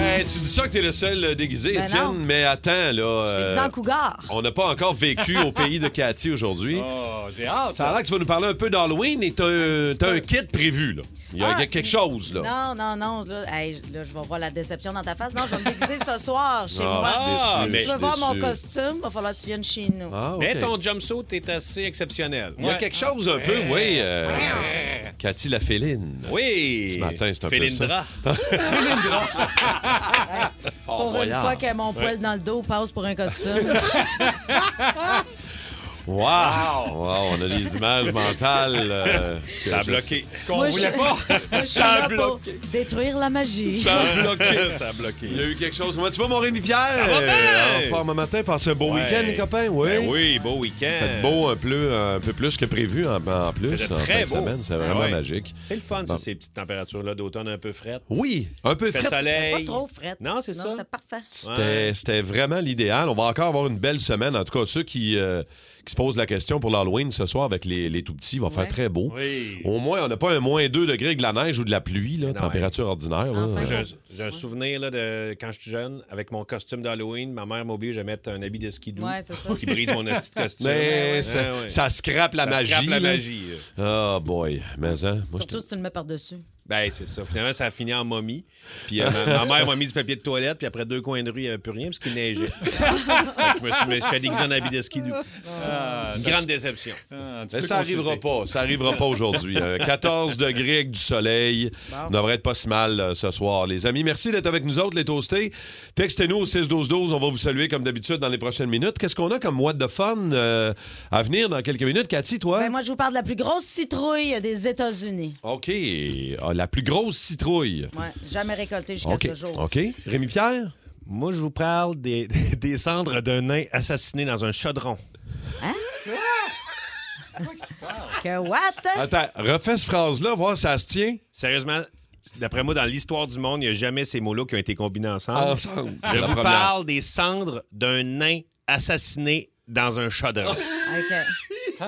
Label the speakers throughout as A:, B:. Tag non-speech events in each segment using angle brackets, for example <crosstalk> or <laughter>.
A: Hey, tu dis ça que t'es le seul euh, déguisé,
B: Ben
A: Étienne,
B: non.
A: mais attends, là. euh,
B: Disant cougar.
A: on n'a pas encore vécu au pays de Cathy aujourd'hui.
C: Oh, j'ai hâte.
A: Ça a l'air que tu vas nous parler un peu d'Halloween et t'as un, t'as un kit prévu, là. Il y a
B: Ah,
A: quelque chose, là.
B: Non, non, non. Là, hey, là, je vais voir la déception dans ta face. Non, je vais me déguiser ce soir chez
A: Ah,
B: moi.
A: je suis déçu,
B: si tu
A: je
B: veux
A: suis
B: voir mon
A: déçu.
B: costume, va falloir que tu viennes chez nous.
A: Ah, ok.
C: Mais ton jumpsuit est assez exceptionnel.
A: Il y a
C: Ouais.
A: quelque chose un peu, oui. euh, Cathy la féline.
C: Oui.
A: Ce matin, c'est un peu
C: Félindra.
A: Fort
B: pour une
A: Boyard.
B: fois que mon poil dans le dos passe pour
A: <laughs>
B: un costume.
A: Wow. Wow, on a des images mentales. euh, que
C: <laughs> Ça a
A: je-
C: bloqué.
A: <laughs>
B: Qu'on Moi, voulait je- pas. <laughs> Je suis
C: Ça a
B: là pour détruire la magie. <laughs>
C: Ça a bloqué. Ça a bloqué.
A: Il y a eu quelque chose. Comment tu vas, mon Rémi-Pierre?
C: va bien.
A: En forme un matin, passez un beau
C: Ouais.
A: week-end, les copains, oui.
C: Ben oui, beau week-end.
A: Fait beau un peu, un peu plus que prévu en, en plus
C: Fait
A: en
C: très
A: fin de
C: beau.
A: semaine. C'est vraiment
C: Ah ouais.
A: magique.
C: C'est le fun,
A: Bon.
C: ça, ces petites températures-là d'automne un peu frettes.
A: Oui, un peu
C: Fait
A: frais.
B: Pas
C: soleil.
B: trop frette.
C: Non, c'est ça.
B: C'était parfait.
A: C'était- C'était vraiment l'idéal. On va encore avoir une belle semaine. En tout cas, ceux qui, euh, qui se posent la question pour l'Halloween ce soir avec les, les tout-petits, il va faire
B: Ouais.
A: très beau.
C: Oui.
A: Au moins, on n'a pas un moins 2 degrés avec de la neige ou de la pluie, là, température ordinaire. là.
B: Enfin.
C: J'ai un, j'ai un souvenir là, de quand je suis jeune, avec mon costume d'Halloween, ma mère m'oblige à mettre un habit de skidoo
B: Ouais, c'est ça.
C: qui brise mon
A: <laughs>
C: asti de costume.
A: Mais ça,
C: Ah ouais.
A: ça scrape la
C: Ça
A: magie.
C: scrape la
A: là.
C: magie. euh. là.
A: Ah boy, mais hein, moi,
B: Surtout si tu le mets par-dessus.
C: Ben, c'est ça. Finalement, ça a fini en momie. Puis euh, ma, ma mère m'a mis du papier de toilette, puis après deux coins de rue, il n'y avait plus rien parce qu'il neigeait. Fait que je me suis, me suis fait déguiser en habit de skidoo.
D: Euh,
C: Une grande déception.
A: Mais ça arrivera pas, ça arrivera pas aujourd'hui. <laughs> Euh, 14 degrés avec du soleil, Ça devrait être pas si mal euh, ce soir, les amis. Merci d'être avec nous autres, les toastés. Textez-nous au 6 12 12, on va vous saluer comme d'habitude dans les prochaines minutes. Qu'est-ce qu'on a comme what de fun euh, à venir dans quelques minutes, Cathy, toi
B: Ben, moi, je vous parle de la plus grosse citrouille des États-Unis.
A: Ok, Ah, la plus grosse citrouille.
B: Ouais, jamais récoltée jusqu'à
A: Ok,
B: ce jour.
A: ok. Rémi Pierre.
C: Moi, je vous parle des, <laughs> des cendres d'un nain assassiné dans un chaudron.
B: Que what?
A: Attends, refais cette phrase là, voir si ça se tient
C: Sérieusement, d'après moi, dans l'histoire du monde, il n'y a jamais ces mots-là qui ont été combinés ensemble.
A: ensemble.
C: je
A: Ah. La
C: vous
A: première.
C: parle des cendres d'un nain assassiné dans un chaudron.
B: OK.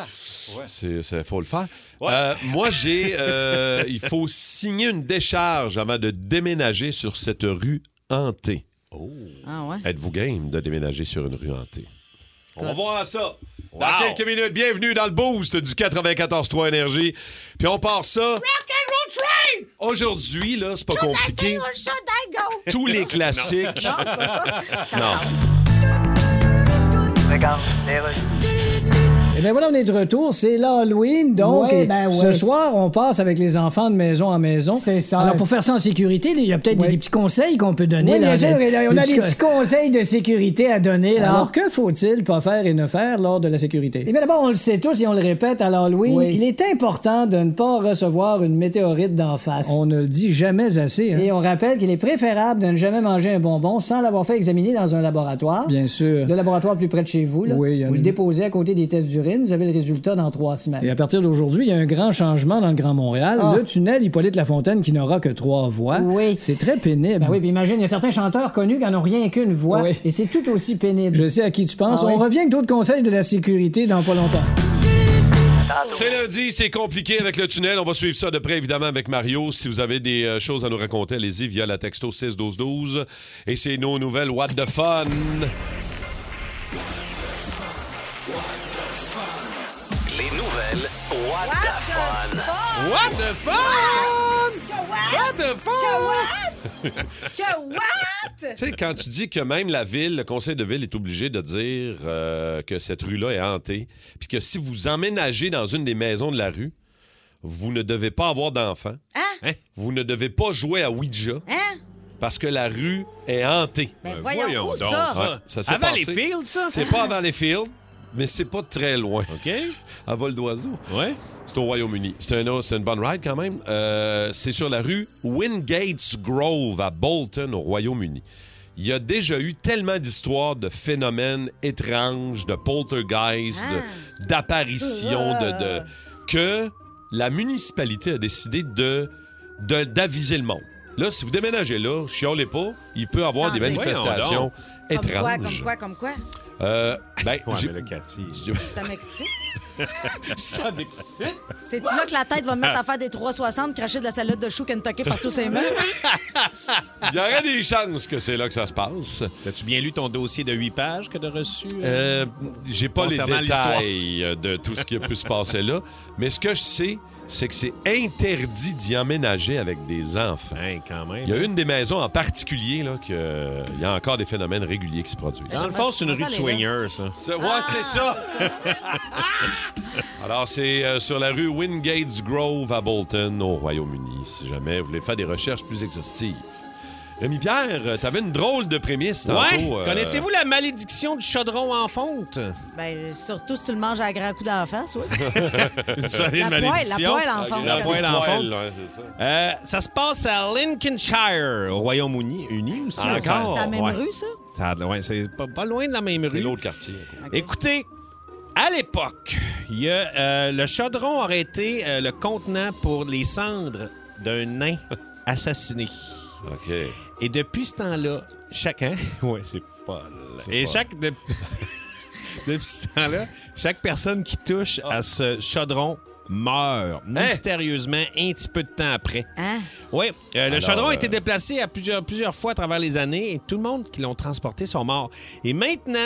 A: C'est, c'est- faut le faire. Euh, moi, j'ai. euh, il faut signer une décharge avant de déménager sur cette rue hantée.
B: Ah ouais?
A: Êtes-vous game de déménager sur une rue hantée? On va
B: Good.
A: voir ça dans
C: Wow.
A: quelques minutes. Bienvenue dans le boost du 94.3 Énergie. Puis on part ça. Aujourd'hui, là, c'est pas compliqué. Tous les classiques.
B: Non, c'est pas ça. Ça
A: Non.
B: sort.
E: Et Eh bien voilà, on est de retour. C'est l'Halloween, donc
F: Ouais,
E: et
F: ben ouais.
E: ce soir, on passe avec les enfants de maison en maison.
F: C'est ça.
E: Alors pour faire ça en sécurité, il y a peut-être
F: Ouais.
E: des, des petits conseils qu'on peut donner.
F: Oui,
E: là,
F: bien sûr,
E: des-
F: on a des
E: co-
F: petits conseils de sécurité à donner. Là.
E: Alors que faut-il pas faire et ne faire lors de la sécurité
F: Eh bien d'abord, on le sait tous et on le répète à l'Halloween,
E: Oui.
F: il est important de ne pas recevoir une météorite d'en face.
E: On ne le dit jamais assez. hein.
F: Et on rappelle qu'il est préférable de ne jamais manger un bonbon sans l'avoir fait examiner dans un laboratoire.
E: Bien sûr.
F: Le laboratoire plus près de chez vous, là.
E: Oui, il y en
F: vous
E: a-
F: le déposez à côté des tests d'urine, vous avez le résultat dans trois semaines.
E: Et à partir d'aujourd'hui, il y a un grand changement dans le Grand Montréal.
F: Ah.
E: Le tunnel Hippolyte Lafontaine qui n'aura que trois voies.
F: Oui.
E: C'est très pénible.
F: Ben oui, puis imagine, il y a certains chanteurs connus qui n'en ont rien qu'une voix,
E: Oui.
F: et c'est tout aussi pénible.
E: Je sais à qui tu penses.
F: Ah oui.
E: On revient avec d'autres conseils de la sécurité dans pas longtemps.
A: C'est lundi, c'est compliqué avec le tunnel. On va suivre ça de près, évidemment, avec Mario. Si vous avez des euh, choses à nous raconter, allez-y via la texto 61212. Et c'est nos nouvelles What the Fun.
G: Les nouvelles. What, the fun?
A: What the Fun!
B: What the fuck? Que what?
A: Tu sais, quand tu dis que même la ville, le conseil de ville est obligé de dire euh, que cette rue-là est hantée, puis que si vous emménagez dans une des maisons de la rue, vous ne devez pas avoir d'enfants.
B: Hein?
A: Hein? Vous ne devez pas jouer à Ouija
B: Hein?
A: parce que la rue est hantée.
B: Ben,
C: Ben,
B: voyons,
C: voyons
B: où
C: donc,
B: ça?
C: ça.
A: Ouais, ça s'est
C: Avant
A: passé.
C: les fields, ça?
A: C'est pas à Valleyfield, mais c'est pas très loin.
C: OK.
A: À vol d'oiseau.
C: Ouais.
A: C'est au Royaume-Uni. C'est un- c'est une bonne ride quand même. Euh, c'est sur la rue Wingates Grove à Bolton au Royaume-Uni. Il y a déjà eu tellement d'histoires de phénomènes étranges, de poltergeists, de-
B: Ah!
A: d'apparitions, de, de- que la municipalité a décidé de de- d'aviser le monde. Là, si vous déménagez là, chiolez pas, il peut avoir des
B: Standing.
A: manifestations
B: Comme quoi,
A: étranges.
B: comme quoi, comme quoi?
A: Euh, Ben,
C: Ouais,
A: <laughs> j'ai-
C: mais là, Cathy.
B: Ça m'excite.
A: ça m'excite.
B: C'est-tu là que la tête va me
A: Ah.
B: mettre à faire des 360, cracher de la salade de chou Kentucky par tous ses murs?
A: Il y aurait des chances que c'est là que ça se passe.
C: As-tu bien lu ton dossier de 8 pages que tu as reçu? euh?
A: Euh, J'ai pas les
C: Concernant l'histoire.
A: détails euh, de tout ce qui a pu se passer là, mais ce que je sais, c'est que c'est interdit d'y emménager avec des enfants.
C: Hein, quand même.
A: Il y a une des maisons en particulier là que euh, il y a encore des phénomènes réguliers qui se produisent.
C: Dans le Ah, fond, c'est une
B: J'aimerais
C: rue de
B: ça aller là.
C: soigneurs, ça.
A: C'est- ouais, c'est ça. <laughs> Alors, c'est euh, sur la rue Wingates Grove à Bolton, au Royaume-Uni, si jamais vous voulez faire des recherches plus exhaustives. Rémi-Pierre, euh, t'avais une drôle de prémisse
C: Ouais.
A: tantôt. euh,
C: Connaissez-vous la malédiction du chaudron
A: <laughs>
C: en fonte?
B: Ben, surtout si tu le manges à grands coups d'en face, oui.
C: Une solide
B: La poêle, la
C: malédiction.
B: poêle en fonte.
C: La
B: je
C: poêle
B: connais.
C: en fonte.
A: ouais, c'est ça.
C: Euh, ça se passe à Lincolnshire, au Royaume-Uni uni aussi.
A: Ah, Encore?
C: Ça-
B: C'est la même
C: ouais.
B: rue, ça?
C: Ça- ouais, c'est pas, pas loin de la même
A: C'est
C: rue.
A: l'autre quartier.
C: Écoutez, à l'époque, il y a, euh, le chaudron aurait été euh, le contenant pour les cendres d'un nain assassiné.
A: OK.
C: Et depuis ce temps-là, chacun. <laughs> Ouais, c'est pas. Et
A: pas-
C: chaque. de- <laughs> Depuis ce temps-là, chaque personne qui touche
A: Ah.
C: à ce chaudron meurt
A: Hein?
C: mystérieusement un petit peu de temps après.
B: Hein?
C: Oui, euh, le
A: Alors,
C: chaudron
A: euh,
C: a été déplacé à plusieurs, plusieurs fois à travers les années et tout le monde qui l'ont transporté sont morts. Et maintenant,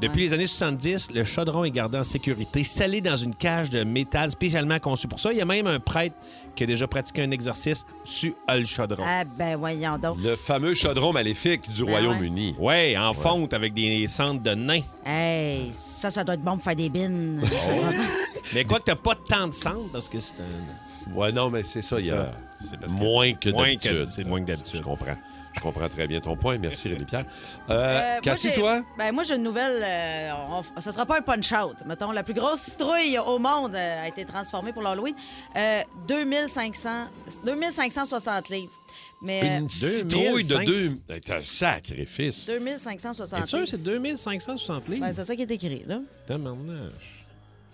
C: depuis les années 70, le chaudron est gardé en sécurité, scellé dans une cage de métal spécialement conçue pour ça. Il y a même un prêtre qui a déjà pratiqué un exorcisme sur le chaudron.
B: Ah, ben, voyons donc.
A: Le fameux chaudron maléfique du
B: Ben
A: Royaume-Uni.
C: Ouais, en fonte avec des cendres de nains.
B: Hey, ça, ça doit être bon pour faire des bines.
C: Mais quoi que t'as pas tant de cendres parce que c'est un.
A: Ouais. non, mais c'est ça. Il y
C: C'est
A: a
C: ça. C'est parce que-
A: moins que
C: Moins que-
A: d'habitude.
C: c'est moins que d'habitude.
A: Je comprends. Je comprends très bien ton point. Merci, Rémi-Pierre. Euh,
B: Euh, moi,
A: Cathy,
B: j'ai-
A: toi?
B: Ben, moi, j'ai une nouvelle. euh, on- ça sera pas un punch-out. Mettons, la plus grosse citrouille au monde euh, a été transformée pour l'Halloween. Euh, 2500, 2560 livres. Mais.
A: Une
B: euh,
A: citrouille de
C: 2500.
A: deux. C'est un sacrifice.
B: 2560 livres.
C: sûr, c'est 2560 livres.
B: Ben, c'est ça qui est écrit, là.
C: Tabarnouche.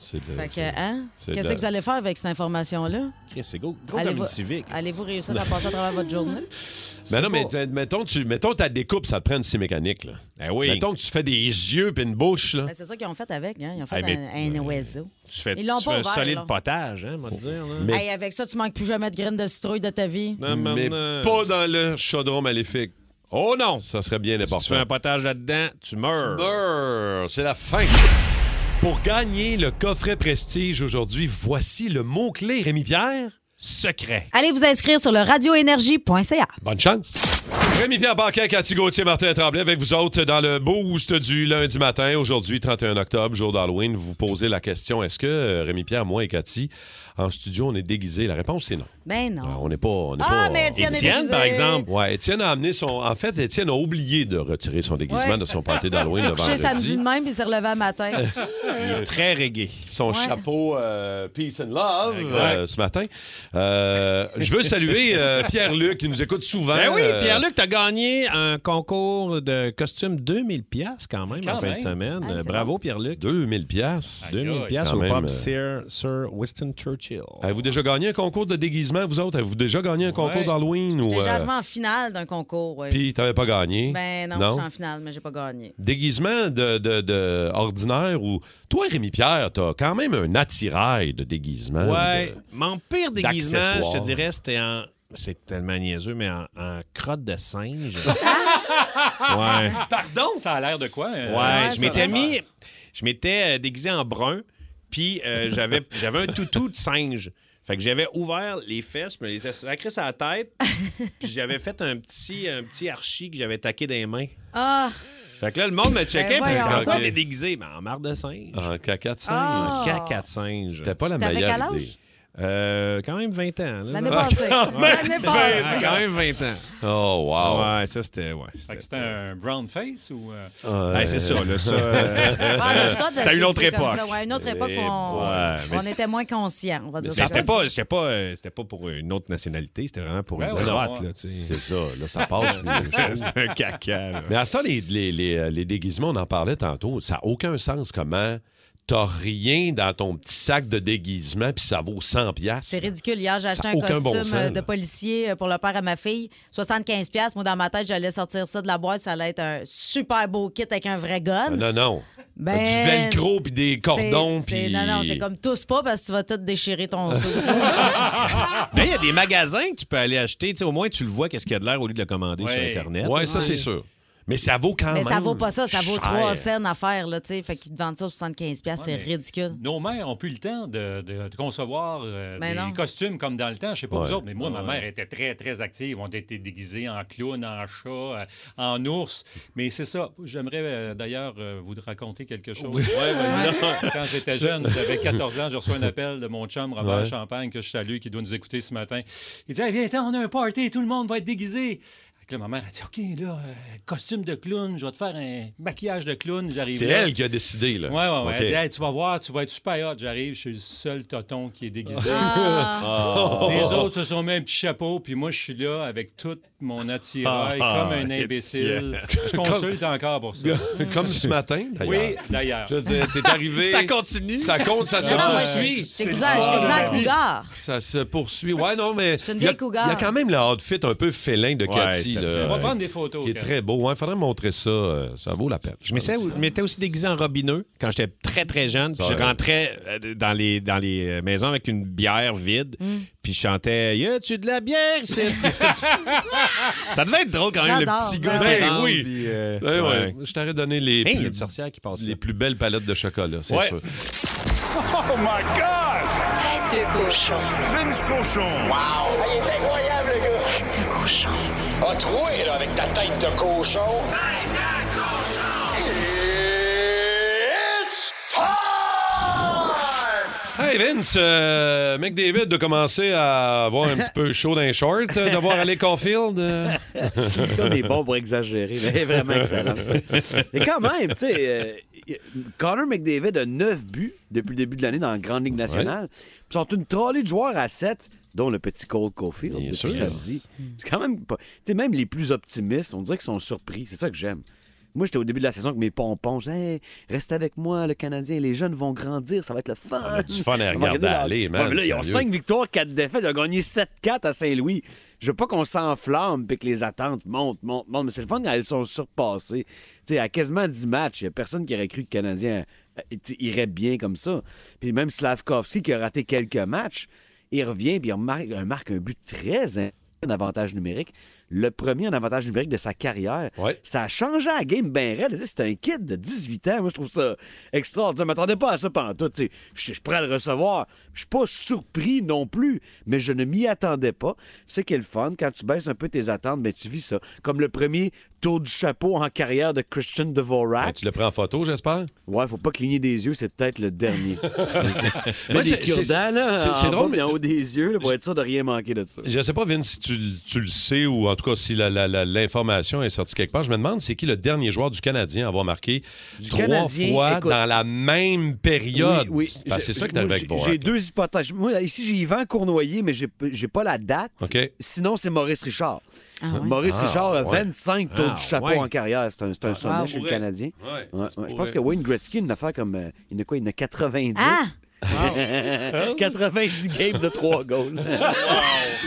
A: C'est de-
B: Fait que, hein?
A: c'est
B: Qu'est-ce
A: de-
B: que vous allez faire avec cette information-là?
C: Chris, c'est gros, gros comme
B: Allez-vous-
C: une civique.
B: Allez-vous réussir à passer à travers
A: <laughs>
B: votre journée?
A: Ben non,
C: pas-
A: mais t- mettons, tu, mettons ta découpe, ça te prend une scie mécanique. Là.
C: Eh oui.
A: Mettons que tu fais des yeux puis une bouche. Là.
B: Ben, c'est ça qu'ils ont fait avec, hein? Ils ont fait
C: Hey, mais-
B: un, un oiseau.
C: Tu fais,
B: Ils l'ont
C: tu
B: pas
C: fais
B: ouvert,
C: un solide
B: là.
C: potage, hein, on va te dire. là.
A: Mais-
B: Hey, avec ça, tu manques plus jamais de graines de citrouille de ta vie.
C: Euh,
A: Mais pas dans le chaudron maléfique.
C: Oh non! Si
A: Ça serait bien important.
C: tu fais un potage là-dedans, tu meurs.
A: Beurre, c'est la fin. Pour gagner le coffret prestige aujourd'hui, voici le mot-clé, Rémi Pierre.
C: Secret.
B: Allez vous inscrire sur le radioénergie.ca.
A: Bonne chance. Rémi Pierre Paquin, Cathy Gauthier, Martin Tremblay avec vous autres dans le boost du lundi matin. Aujourd'hui, 31 octobre, jour d'Halloween, vous vous posez la question est-ce que euh, Rémi Pierre, moi et Cathy, en studio, on est déguisés La réponse, c'est non.
B: Ben
A: Ah,
B: non.
A: On n'est pas. On n'est
B: Ah,
A: pas
B: mais Étienne, est
C: Étienne, par
B: déguisé.
C: exemple.
A: Ouais, Étienne a amené son. En fait, Étienne a oublié de retirer son déguisement
B: Ouais.
A: de son party d'Halloween
B: Il
A: le
B: s'est couché samedi
A: vendredi.
B: de même puis il s'est relevé le matin.
C: Il est très reggae.
A: Son
B: Ouais.
A: chapeau euh, Peace and Love
C: Exact.
A: euh, ce matin. Euh, je veux saluer euh, Pierre-Luc qui nous écoute souvent.
C: Ben oui,
A: Euh,
C: Pierre-Luc, t'as gagné un concours de costume 2000 pièces quand même en
D: Quand
C: fin
D: même.
C: de semaine.
B: Ah, c'est
C: Bravo, Pierre-Luc.
A: 2000 pièces.
C: 2000
D: aïe,
C: pièces
A: quand
C: au
A: même,
C: pub
A: euh,
C: Sir, Sir Winston Churchill.
A: Avez-vous déjà gagné un concours de déguisement, vous autres? Avez-vous déjà gagné un concours d'Halloween? Ou,
B: J'étais
A: euh,
B: déjà arrivé en finale d'un concours. ouais.
A: Puis, t'avais pas gagné?
B: Ben non, j'étais en finale, mais j'ai pas gagné.
A: Déguisement de, de- de ordinaire ou... Toi, Rémi-Pierre, t'as quand même un attirail de
B: Euh,
A: déguisement.
C: Ouais,
A: De-
C: mon pire déguisement, je
A: d'accessoires.
C: te dirais, c'était en. C'est tellement niaiseux, mais en, en crotte de
B: <laughs>
C: singe. ouais.
D: Pardon? Ça a l'air de quoi? euh,
C: Ouais,
B: Ouais,
C: je
B: ça
C: m'étais
B: va.
C: mis. Je m'étais euh, déguisé en brun, puis euh, j'avais, j'avais un toutou de singe. Fait que j'avais ouvert les fesses, je me les étais sacré sur
B: <laughs>
C: la tête, puis j'avais fait un petit, un petit archi que j'avais taqué des mains.
B: Ah,
C: Fait que là, le monde me
B: Ben
C: checkait, puis
B: voyons
C: disait, pourquoi
A: donc.
C: t'es déguisé? Ben, en marre de singe.
A: En caca de singe.
C: En
B: Ah.
C: caca de singe.
A: C'était pas la
B: T'avais
A: meilleure
B: quel âge?
A: idée.
C: Euh, quand même 20 ans. là.
B: l'année
C: Ouais.
B: passée. L'année
C: Ah,
B: passée.
C: quand même 20 ans. Ah.
A: Oh, wow.
C: Ouais, ça, c'était... Ouais,
D: fait
C: c'était-
D: que C'était un brown face ou. euh,
C: Ouais, c'est ça, là, <laughs> ça... euh,
B: Ah, mais toi,
C: C'était une autre
B: c'est comme
C: époque.
B: ça, ouais, une autre époque,
A: Eh
B: on,
C: boy, mais-
B: on était moins conscients. On va dire
C: Mais
B: ça
C: c'était
B: comme
C: pas, c'était pas, euh, c'était pas pour une autre nationalité, c'était vraiment pour
D: Ben
C: une
D: ouais,
C: droite,
D: ouais.
C: là, tu sais.
A: C'est ça, là, ça passe.
C: <laughs>
A: puis c'est autre chose.
C: C'est un caca, là.
A: Mais à ce temps, les, les- euh, les- les déguisements, on en parlait tantôt, ça n'a aucun sens comment t'as rien dans ton petit sac de déguisement puis ça vaut 100 piastres.
B: C'est ridicule. Hier, j'ai acheté
A: Ça a
B: un
A: aucun
B: costume
A: bon sens,
B: euh,
A: là.
B: de policier euh, pour le père à ma fille. 75 pièces. Moi, dans ma tête, j'allais sortir ça de la boîte. Ça allait être un super beau kit avec un vrai gun.
A: Non, non.
B: Ben,
A: du velcro puis des cordons
B: c'est- c'est-
A: puis Ah,
B: Non, non, c'est comme tous pas parce que tu vas tout
A: <laughs>
B: déchirer ton sou.
C: Ben, il y a des magasins que tu peux aller acheter. Tu sais, au moins, tu le vois, qu'est-ce qu'il y a de l'air au lieu de le commander sur
D: Ouais.
C: Internet.
A: Ouais, ça c'est sûr. Mais ça vaut quand
B: Mais
A: même.
B: ça vaut pas ça, ça vaut
A: ben cher.
B: trois scènes à faire, là, tu sais. Fait qu'ils te vendent ça pour 75$, piastres, c'est
D: mais-
B: ridicule.
D: Nos mères ont plus le temps de, de- de concevoir euh,
B: Ben
D: des
B: non.
D: costumes comme dans le temps. Je sais pas
A: Ouais.
D: vous autres, mais moi, ma mère était très, très active. On était déguisés en clown, en chat, euh, en ours. Mais c'est ça. J'aimerais euh, d'ailleurs euh, vous raconter quelque chose. Ouais, vas-y. Quand j'étais jeune, j'avais 14 ans, j'ai reçu un appel de mon chum Robert
A: Ouais.
D: Champagne, que je salue, qui doit nous écouter ce matin. Il dit Hey, Viens, attends, on a un party, tout le monde va être déguisé. Fait que Là, ma mère a dit OK, là, euh, costume de clown, je vais te faire un maquillage de clown. J'arrive
A: C'est
D: là.
A: elle qui a décidé là.
D: Ouais, ouais, ouais.
A: OK.
D: Elle dit, Hey, tu vas voir, tu vas être super hot. J'arrive, je suis le seul toton qui est déguisé.
B: Ah.
D: <laughs> Les
A: Ah.
D: autres se sont mis un petit chapeau, puis moi, je suis là avec tout mon attirail,
C: Ah,
D: comme
A: <laughs>
D: un imbécile. Je consulte encore pour ça.
A: Comme ce matin. d'ailleurs.
D: Oui, d'ailleurs.
A: Je veux dire, t'es arrivé.
C: Ça continue.
A: Ça compte, ça se
B: Non, non, mais
A: poursuit.
B: J'étais cousin- j'étais cousin à Cougar.
A: Ça se poursuit. Ouais, non, mais.
B: C'est une
A: Il y a-
B: vieille cougar.
A: Il y a quand même le outfit un peu félin de
C: Ouais,
A: Cathy,
C: c'était
A: là,
C: très-
D: On va
A: euh,
D: prendre des photos.
A: qui est
D: Ken.
A: très beau. Il faudrait me montrer ça. euh, Ça vaut la peine. Ben
C: Je m'essayais- je m'étais aussi déguisé en robineux quand j'étais très, très jeune. Puis
A: Ça,
C: je
A: ouais.
C: rentrais euh, dans les, dans les euh, maisons avec une bière vide.
B: Mm.
C: Puis je chantais Y a-tu de la bière ici? <laughs> ça devait être drôle quand même, le
B: J'adore.
C: petit gars.
B: Ben
C: qui rentre,
A: oui.
C: puis, euh,
A: Eh ouais,
C: ouais.
A: Je t'aurais donné les,
C: Hey, il y a une
A: plus,
C: sorcière qui passe.
A: les
C: là.
A: plus belles palettes de chocolat, c'est
C: Ouais.
A: sûr.
H: Tête de cochon.
I: Vince Cochon.
J: Ah, Il est incroyable, le gars!
H: Tête de cochon.
J: A troué, là, avec ta tête de cochon. Tête de cochon! It's time!
A: Hey Vince, euh, McDavid de commencer à avoir un petit peu chaud d'un short, euh, de voir aller Caulfield. euh.
I: On est bon pour exagérer, mais vraiment excellent. Mais quand même, tu sais, euh, Connor McDavid a 9 buts depuis le début de l'année dans la Grande Ligue nationale. Puis sont une trolley de joueurs à 7, dont le petit Cole Caulfield
A: Bien
I: depuis
A: sûr.
I: samedi. C'est quand même pas... Tu sais, même les plus optimistes, on dirait qu'ils sont surpris. C'est ça que j'aime. Moi, j'étais au début de la saison avec mes pompons. Je disais, Hey, restez avec moi, le Canadien. Les jeunes vont grandir, ça va être le fun.
A: a du fun à
I: On va
A: regarder
I: leur-
A: aller,
I: Ouais,
A: man,
I: mais là, ils ont
A: sérieux.
I: 5 victoires, 4 défaites. Ils ont gagné 7-4 à Saint-Louis. Je veux pas qu'on s'enflamme et que les attentes montent, montent, montent. Mais c'est le fun quand elles sont surpassées. Tu sais, à quasiment 10 matchs, il n'y a personne qui aurait cru que le Canadien euh, t- irait bien comme ça. Puis même Slavkovski, qui a raté quelques matchs, il revient puis il remarque- il marque un but très important, un avantage numérique. Le premier en avantage numérique de sa carrière.
A: Ouais.
I: Ça a changé la game ben raide. Tu sais, C'est un kid de 18 ans. Moi, je trouve ça extraordinaire. Je m'attendais pas à ça pendant tout. Je je prends le recevoir. Je suis pas surpris non plus, mais je ne m'y attendais pas. C'est qui est le fun. Quand tu baisses un peu tes attentes, ben, tu vis ça. Comme le premier tour du chapeau en carrière de Christian
A: Ah,
I: Dvorak.
A: tu le prends en photo, j'espère?
I: Ouais, faut pas cligner des yeux. C'est peut-être le dernier.
A: <laughs> Moi,
I: mais
A: c'est-
I: des cure-dents, là,
A: c'est- c'est
I: en
A: drôle,
I: bas,
A: mais-
I: puis en haut des yeux, là, pour être sûr de rien manquer de ça.
A: Je sais pas, Vince, si tu, l- tu le sais ou en tout cas si la- la- la- l'information est sortie quelque part. Je me demande c'est qui le dernier joueur du Canadien à avoir marqué trois
I: Canadien,
A: fois
I: écoute,
A: dans la même période.
I: Oui, oui.
A: Parce que
I: Je-
A: c'est ça que
I: moi,
A: t'avais
I: j'ai-
A: avec voir.
I: J'ai deux hypothèses. Moi, ici, j'ai Yvan Cournoyer, mais j'ai j'ai pas la date.
A: OK.
I: Sinon, c'est Maurice Richard.
B: Ah ouais?
I: Maurice
A: Ah,
I: Richard a
A: ouais.
I: 25 tours
C: Ah,
I: du chapeau
C: ouais.
I: en carrière. C'est un, c'est un sommet
B: Ah, ça
I: chez le
A: pourrait.
I: Canadien.
A: Ouais,
I: Ouais,
A: ça se
I: ouais. Je pense
A: pourrait.
I: que Wayne Gretzky, il en a fait comme. euh, il en a quoi Il en a 90.
B: Ah!
A: Hein?
I: <laughs> 90 games de
A: <laughs>
I: 3 goals.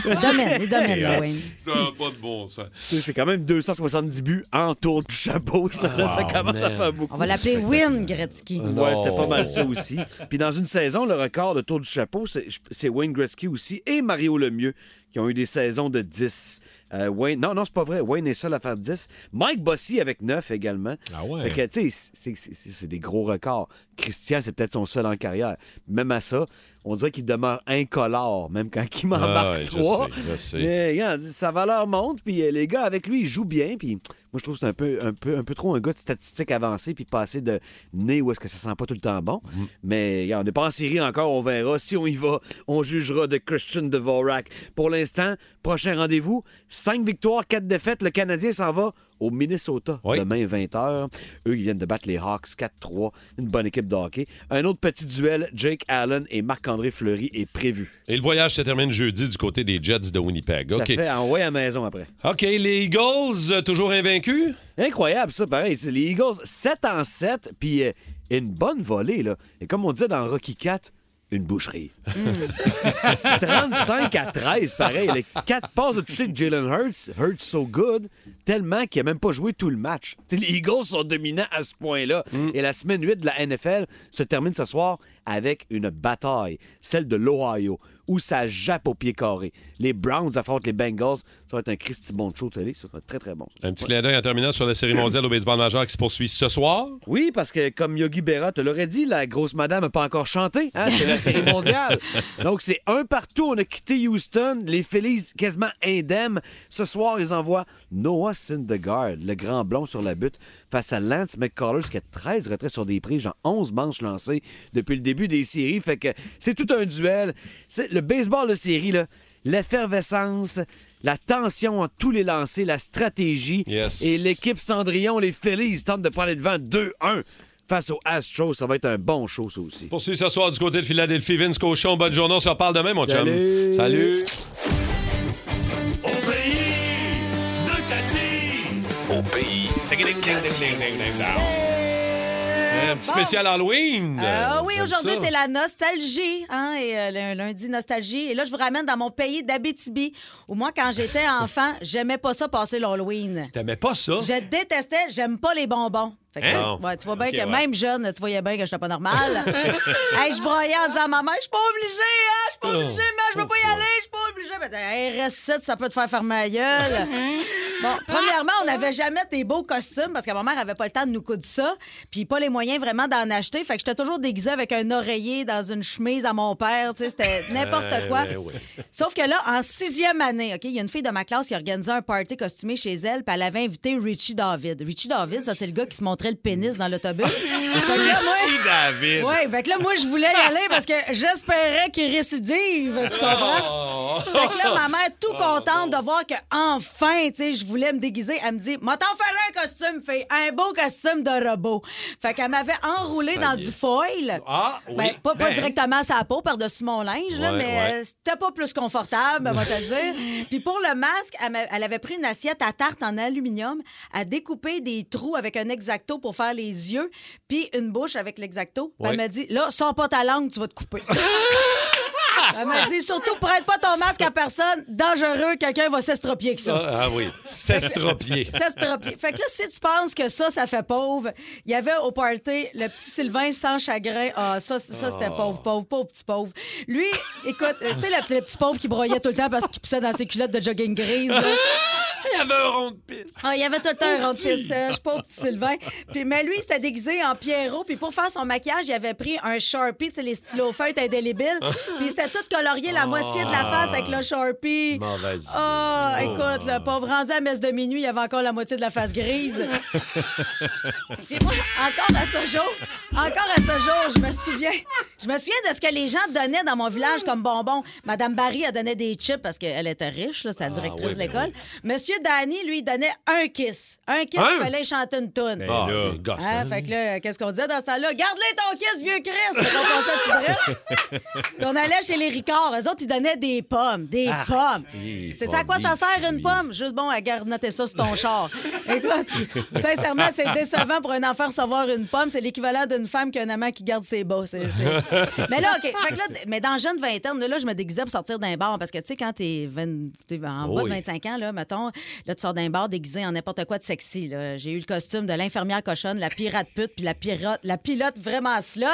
B: Domaine, les domaines, là, Wayne.
A: Ça a Ah, pas de bon sens.
I: Tu sais, c'est quand même 270 buts en tour du chapeau. Ça,
A: Ah,
I: ça commence à faire beaucoup.
B: On va l'appeler Win Gretzky.
C: Euh,
I: Ouais, c'était pas mal ça aussi. Puis dans une saison, le record de tour du chapeau, c'est- c'est Wayne Gretzky aussi et Mario Lemieux qui ont eu des saisons de 10. Euh, Wayne, non, non, c'est pas vrai. Wayne est seul à faire 10. Mike Bossy avec 9 également.
C: Ah ouais.
I: Fait que, tu sais, c'est- c'est- c'est c'est des gros records. Christian, c'est peut-être son seul en carrière. Même à ça, on dirait qu'il demeure incolore, même quand il m'en
A: Ah
I: marque
A: ouais, je
I: 3.
A: sais, je sais.
I: Mais regarde, sa valeur monte, puis euh, les gars avec lui, ils jouent bien. Puis moi, je trouve que c'est un peu, un, peu, un peu trop un gars de statistiques avancées, puis passer de nez où est-ce que ça sent pas tout le temps bon.
A: Mm-hmm.
I: Mais regarde, on n'est pas en Syrie encore, on verra. Si on y va, on jugera de Christian Dvorak. Pour l'instant, prochain rendez-vous, 5 victoires, 4 défaites. Le Canadien s'en va au Minnesota
A: Oui.
I: demain 20h. Eux, ils viennent de battre les Hawks 4-3. Une bonne équipe de hockey. Un autre petit duel, Jake Allen et Marc-André Fleury est prévu.
A: Et le voyage se termine jeudi du côté des Jets de Winnipeg.
I: Ça
A: OK.
I: fait envoyer à la maison après.
A: OK, les Eagles, euh, toujours invaincus?
I: Incroyable, ça, pareil. C'est Les Eagles, 7 en 7, puis euh, une bonne volée, là. Et comme on disait dans Rocky 4, une boucherie. <laughs> 35 à 13, pareil. Les quatre passes de toucher de Jalen Hurts, Hurts so good, tellement qu'il n'a même pas joué tout le match. T'sais, Les Eagles sont dominants à ce point-là. Et la semaine 8 de la NFL se termine ce soir avec une bataille, celle de l'Ohio, où ça jappe au pied carré. Les Browns affrontent les Bengals. Ça va être un Christy bon show, télé. Ça va être très, très bon.
A: Un petit clin d'œil en terminant sur la série mondiale au baseball majeur qui se poursuit ce soir.
I: Oui, parce que comme Yogi Berra te l'aurait dit, la grosse madame n'a pas encore chanté. hein, c'est la série mondiale. Donc, c'est un partout. On a quitté Houston. Les Phillies quasiment indemnes. Ce soir, ils envoient Noah Syndergaard, le grand blond sur la butte, face à Lance McCullers, qui a 13 retraits sur des prises en 11 manches lancées depuis le début des séries. Fait que c'est tout un duel. C'est le baseball de série, là. L'effervescence, la tension en tous les lancers, la stratégie.
A: Yes.
I: Et l'équipe Cendrillon, les Phillies, tentent de prendre le devant 2-1 face aux Astros. Ça va être un bon show, ça aussi.
A: Poursuit ce soir du côté de Philadelphie. Vince Cochon, bonne journée. On se reparle demain, mon chum.
I: Salut.
A: Salut.
G: Au pays de Tati. Au pays de
A: Un petit spécial Halloween.
B: Ah oui,
A: J'aime
B: aujourd'hui,
A: ça.
B: c'est la nostalgie. Hein, et euh, le- lundi, nostalgie. Et là, je vous ramène dans mon pays d'Abitibi, où moi, quand
A: <laughs>
B: j'étais enfant, j'aimais pas ça passer l'Halloween.
A: T'aimais pas ça?
B: Je détestais, j'aime pas les bonbons. Fait que,
A: Hein?
B: ouais, tu vois bien
A: Ok,
B: que
A: ouais.
B: même jeune, tu voyais bien que j'étais
A: <laughs>
B: pas normale. hey, je broyais en disant à maman, je suis pas obligée, hein, je suis
A: Oh,
B: pas obligée, mais je veux pas y aller, je suis pas obligée. Ben, hey, reste ici, ça peut te faire fermer
A: <laughs>
B: la gueule. bon, premièrement, on n'avait jamais des beaux costumes parce que ma mère avait pas le temps de nous coudre ça, puis pas les moyens vraiment d'en acheter. Fait que j'étais toujours déguisée avec un oreiller dans une chemise à mon père, tu
A: <laughs>
B: sais, c'était n'importe quoi.
A: Eh ouais.
B: Sauf que là, en sixième année, OK, il y a une fille de ma classe qui organisait un party costumé chez elle, puis elle avait invité Richie David. Richie David, ça, c'est le gars qui se montrait le pénis
A: <laughs>
B: dans l'autobus. Fait que là, moi-
C: David.
B: Ouais, fait que là, moi, je voulais y aller parce que j'espérais qu'il récidive, tu comprends? Fait que là, ma mère, tout contente de voir que enfin, tu sais, je voulais me déguiser, elle me dit, « M'en t'en faire un costume, fille, un beau costume de robot. » Fait qu'elle m'avait enroulé dans du foil.
A: Ah, oui.
B: Ben, pas, pas
A: Ben.
B: directement sa peau, par-dessus mon linge, là,
A: Ouais,
B: mais
A: ouais.
B: euh, c'était pas plus confortable, on va te le dire. <laughs> Puis pour le masque, elle, m'a- elle avait pris une assiette à tarte en aluminium, à découper des trous avec un exacto pour faire les yeux, puis une bouche avec l'exacto.
A: Ouais.
B: Puis Elle m'a dit Là, sors pas ta langue, tu vas te
A: <laughs>
B: couper. elle m'a dit Surtout, prête pas ton masque à personne, dangereux, quelqu'un va s'estropier avec ça.
A: Ah, ah oui, s'estropier.
B: S'estropier. Fait que là, si tu penses que ça, ça fait pauvre, il y avait au party le petit Sylvain sans chagrin. Ah, ça, c- ça c'était pauvre, pauvre, pauvre, petit pauvre. Lui, écoute, euh, tu sais, le, le petit pauvre qui broyait tout le temps parce qu'il pissait dans ses culottes de jogging grise. là.
A: Il y avait un rond de piste.
B: Ah, il y avait tout le temps un rond de fil sèche, pauvre petit Sylvain. Puis, mais lui, il s'était déguisé en Pierrot. Puis pour faire son maquillage, il avait pris un Sharpie, tu sais, les stylos feutres indélébiles. Puis c'était tout colorié la moitié de la face avec le Sharpie.
A: Mauvaise
B: Ah, écoute, le pauvre rendu à messe de minuit, il avait encore la moitié de la face grise. Puis moi, encore à ce jour, encore à ce jour, je me souviens. Je me souviens de ce que les gens donnaient dans mon village comme bonbons. Madame Barry, elle donnait des chips parce qu'elle était riche, là, c'est la directrice
A: oui,
B: de
A: ben
B: l'école. Monsieur Danny, lui, il donnait un kiss. Un kiss,
A: Hein?
B: il fallait chanter une toune.
A: Ah,
C: là.
A: mais gosse,
B: Ah,
A: hein?
B: fait que là, qu'est-ce qu'on disait dans ce temps-là? Garde-les ton kiss, vieux Chris! C'est qu'on pensait tout droit.
A: <laughs>
B: Puis on allait chez les Ricards. Eux autres, ils donnaient des pommes. Des
A: Ah,
B: pommes.
C: les
B: C'est ça à quoi ça sert une pomme? Juste bon, à garde noter ça sur ton char. Écoute, sincèrement, c'est décevant pour un enfant recevoir une pomme. C'est l'équivalent d'une femme qui a un amant qui garde ses bas. C'est-
A: <laughs>
B: c'est- Mais là, OK. Fait que là, mais dans jeune vingtaine, là, je me déguisais pour sortir d'un bar. Parce que, tu sais, quand t'es 20 t'es en bas de
A: Oui.
B: 25 ans, là, mettons, là, tu sors d'un bar déguisé en n'importe quoi de sexy. là. J'ai eu le costume de l'infirmière cochonne, la pirate pute, puis la, pirate, la pilote vraiment slot.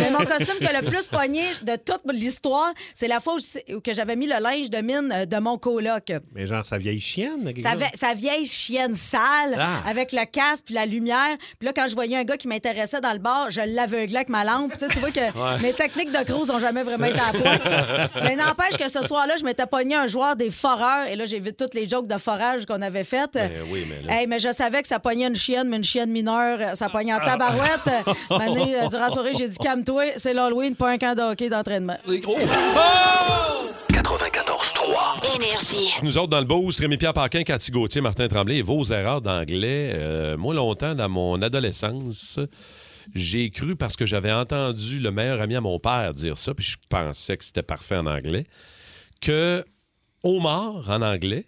B: Mais mon costume que le plus pogné de toute l'histoire, c'est la fois où je- où que j'avais mis le linge de mine euh, de mon coloc.
C: Mais genre, sa vieille chienne. quelque
B: Sa,
C: chose?
B: vie- sa vieille chienne sale,
C: Ah.
B: avec le casque puis la lumière. Puis là, quand je voyais un gars qui m'intéressait dans le bar, je l'aveuglais avec ma lampe. Tu sais, tu vois que mes techniques de cruise ont jamais vraiment été à point. Mais n'empêche que ce soir-là, je m'étais pogné un joueur des foreurs. Et là, j'ai vu toutes les jokes de forage qu'on avait faites.
A: Ben oui, mais là-
B: Hey, mais je savais que ça pognait une chienne, mais une chienne mineure, euh, ça pognait en tabarouette.
A: Ah.
B: <laughs> Mané, euh, durant la soirée, j'ai dit calme-toi, c'est l'Halloween, pas un camp de hockey d'entraînement.
G: 94-3.
H: Énergie.
A: Nous autres, dans le boost, Rémi-Pierre Paquin, Cathy Gauthier, Martin Tremblay et vos erreurs d'anglais. Euh, moi, longtemps, dans mon adolescence, j'ai cru parce que j'avais entendu le meilleur ami à mon père dire ça, puis je pensais que c'était parfait en anglais, que Omar, en anglais,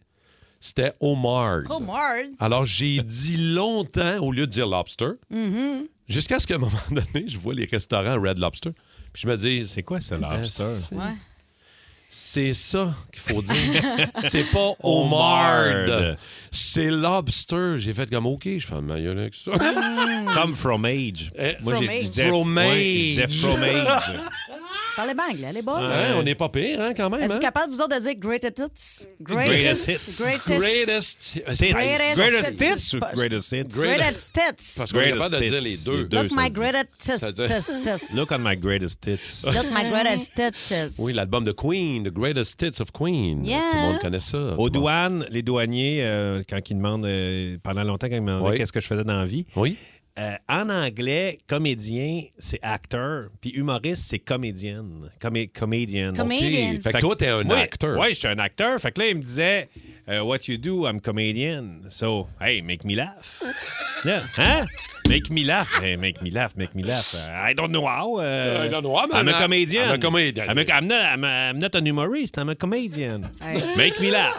A: c'était Omar.
B: Oh, Marl.
A: Alors, j'ai dit longtemps, au lieu de dire lobster, Jusqu'à ce qu'à un moment <laughs> donné, je vois les restaurants Red Lobster. Puis je me dis, c'est quoi ce lobster? Ah, C'est-
B: Ouais.
A: C'est ça qu'il faut dire. c'est pas homard. C'est lobster. J'ai fait comme OK, je fais un maillot avec ça.
C: Comme fromage.
A: Euh,
C: Moi, j'ai-
B: Fromage.
C: je disais-
A: Fromage.
C: ouais, je disais fromage.
B: Parlez bien anglais, les boys.
A: Hein, on n'est pas pire, hein, quand même.
B: Êtes-vous
A: hein?
B: capable, vous autres, de dire greatest hits?
A: Greatest
C: hits.
B: Greatest.
A: Greatest.
C: Tits.
B: Greatest
C: Greatest
B: hits.
C: hits ou greatest hits?
B: Greatest hits.
A: Parce qu'on est capable de
C: Greatest
A: dire
C: hits.
A: les deux.
C: deux,
B: Look
C: ça
B: my
C: dit.
B: greatest
A: Ça dit-
B: hits.
C: <laughs> Look at my greatest hits.
B: Look my greatest hits.
A: Oui, l'album de Queen, The Greatest Hits of Queen.
B: Yeah.
A: Tout le monde connaît ça. Tout
C: Aux
A: le monde-
C: douanes, les douaniers, euh, quand ils demandent, euh, pendant longtemps, quand ils me demandaient
A: Oui.
C: qu'est-ce que je faisais dans la vie,
A: Oui.
C: euh, en anglais, comédien, c'est acteur, puis humoriste, c'est comédienne. Comé- comédienne.
B: Comedian.
A: OK. Fait que toi, t'es un
C: Oui,
A: acteur.
C: Oui, je suis un acteur. Fait que là, il me disait, euh, What you do, I'm comedian. So, hey, make me laugh.
B: <laughs>
C: là, hein? Make me laugh. Hey, make me laugh, make me laugh. Uh, I don't know how. uh,
A: Euh, I don't know how, but
C: I'm a
A: I'm a-
C: comedian.
A: I'm a comedian.
C: I'm, a- I'm not, I'm a- I'm not an humorist, I'm a comedian.
B: Hey.
C: Make me laugh.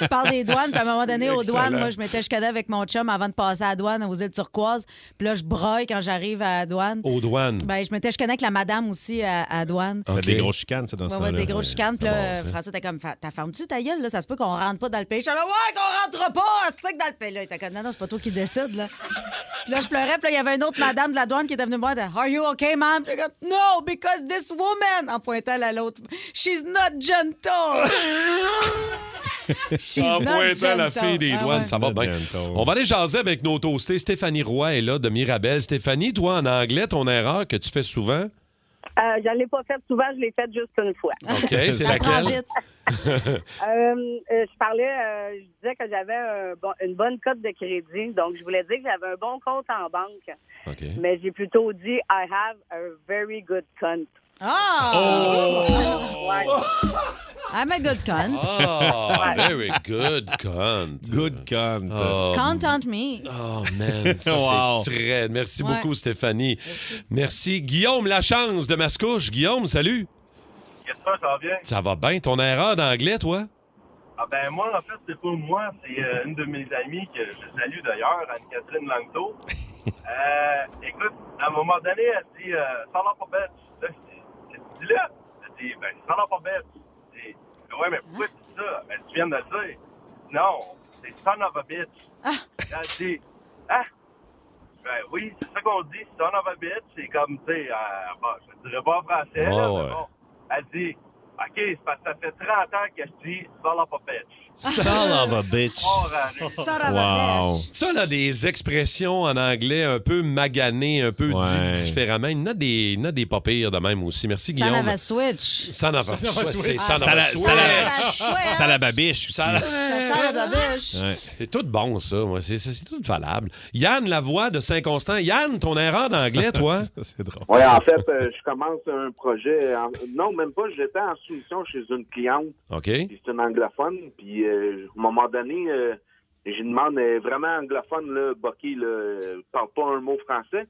B: Tu parles des douanes, puis à un moment donné, aux douanes, moi, je m'étais chicanée avec mon chum avant de passer à la douane aux îles Turquoises. Puis là, je broille quand j'arrive à la douane.
A: Aux douanes.
B: Ben, je m'étais chicanée avec la madame aussi à, à la douane.
C: T'as
A: OK.
C: des grosses chicanes, ça, dans ce
B: Ouais, ouais,
C: temps-là.
B: des grosses chicanes. Puis là,
A: bon, ça.
B: François, t'es comme, Fa- t'as fermé-tu ta gueule, là? Ça se peut qu'on rentre pas dans le pays. Je suis là, ouais, qu'on rentre pas! C'est ça que dans le pays, là. Il était comme, non, non, c'est pas toi qui décide, là. Puis là, je pleurais, puis là, il y avait une autre madame de la douane qui était venue me voir, de, Are you okay, ma'am? Puis j'étais comme, No, because this woman, en pointant à l'autre, She's not
A: <laughs>
B: gentle! She's
A: En pointant
B: not
A: Ah, ben, la
B: gentle.
A: fille des
B: Ah,
A: douanes,
B: ouais.
A: ça va bien.
C: Gentle.
A: On va aller jaser avec nos toastés. Stéphanie Roy est là de Mirabel. Stéphanie, toi, en anglais, ton erreur que tu fais souvent,
K: Euh, je ne l'ai pas faite souvent, je l'ai faite juste une fois.
A: OK, c'est
B: Apprends
A: laquelle?
B: vite.
K: <laughs> Euh, euh, je parlais, euh, je disais que j'avais un bon- une bonne cote de crédit, donc je voulais dire que j'avais un bon compte en banque,
A: OK.
K: mais j'ai plutôt dit I have a very good compte.
B: Ah!
C: Oh!
K: Ouais.
B: I'm a good cunt.
A: Ah, very good cunt.
C: Good cunt.
A: Oh,
B: Count on me.
A: oh, man, ça
C: Wow.
A: c'est très... Merci
B: Ouais.
A: beaucoup, Stéphanie. Merci. Guillaume Lachance de Mascouche. Guillaume, salut.
D: Qu'est-ce que ça vient?
A: Ça va bien? Ton erreur d'anglais, toi?
D: Ah ben moi, en fait, c'est pas moi, c'est euh, une de mes amies que je salue d'ailleurs,
A: <laughs>
D: Anne-Catherine Langto. Euh, écoute, à un moment donné, elle dit euh, « Ça l'a pas bête. » Là, je dis « Dis-le. » Elle dit « Ben, ça l'a pas bête. » Je dis « Ouais, mais pourquoi tu dis ça? » Ben, tu viens de le dire. « Non, c'est son of a bitch. Là, Elle dit « Ah! » Ben oui, c'est ça qu'on dit, son of a bitch. C'est comme, tu sais, euh, bon, je le dirais pas en français, là,
A: Ouais,
D: mais
A: ouais.
D: bon. Elle dit « Ok, c'est parce que ça fait 30 ans que je dis « Ça l'a pas bitch. »
C: Son of a bitch.
A: Oh,
D: Or, euh,
B: Son of a
C: Wow.
B: bitch.
A: Ça, là, des expressions en anglais un peu maganées, un peu
C: Ouais.
A: dites différemment. Il y en a des, il y en a des pas pires de même aussi. Merci,
B: Son
A: Guillaume.
B: of a switch.
A: Ça n'en va
L: switch.
C: Ça la- ça la-
B: switch.
C: Ça la babiche. aussi.
B: Ça sent la babiche.
C: Ouais.
A: C'est tout bon, ça. moi. C'est c'est- c'est tout valable. Yann, la voix de Saint-Constant. Yann, ton erreur
C: <laughs>
A: d'anglais, toi?
C: Ça, c'est drôle.
I: Oui, en fait, euh, je commence un projet. en- Non, même pas. J'étais en soumission chez une cliente,
A: OK.
I: puis c'est une anglophone. Puis, euh, à un moment donné, euh, j'ai demandé euh, vraiment anglophone, là, Bucky, là, euh, parle pas un mot français.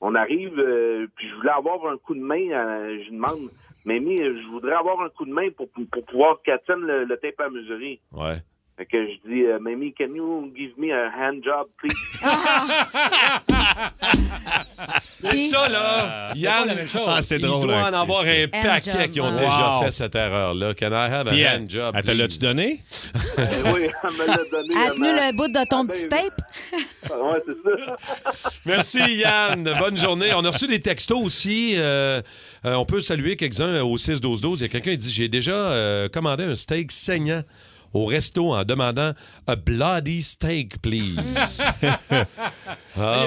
I: On arrive, euh, puis je voulais avoir un coup de main. euh, je demande, Mamie, euh, je voudrais avoir un coup de main pour, pour, pour pouvoir qu'elle tienne le, le tape à mesurer.
A: Ouais.
I: Fait que je dis, euh, Mamie, can you give me a hand job, please?
B: Puis-
A: Ça, là,
L: c'est
A: Yann,
L: pas la même chose.
C: Ah, c'est
A: il
C: drôle,
A: doit
C: hein,
A: en avoir un paquet
B: job,
A: qui ont
B: hein.
A: déjà
C: Wow.
A: fait cette erreur-là. Can I have a
C: Puis,
A: hand job,
C: elle te l'a-tu
A: please?
C: donné?
I: Euh, oui, elle me l'a donné.
B: Elle a
I: elle
B: tenu
I: m'a-
B: le bout de ton petit tape.
I: Ouais, c'est ça.
A: Merci Yann, bonne journée. On a reçu des textos aussi. Euh, euh, on peut saluer quelques-uns au 6-12-12. Il y a quelqu'un qui dit J'ai déjà euh, commandé un steak saignant au resto en demandant A bloody steak, please.
C: <laughs>
A: ah,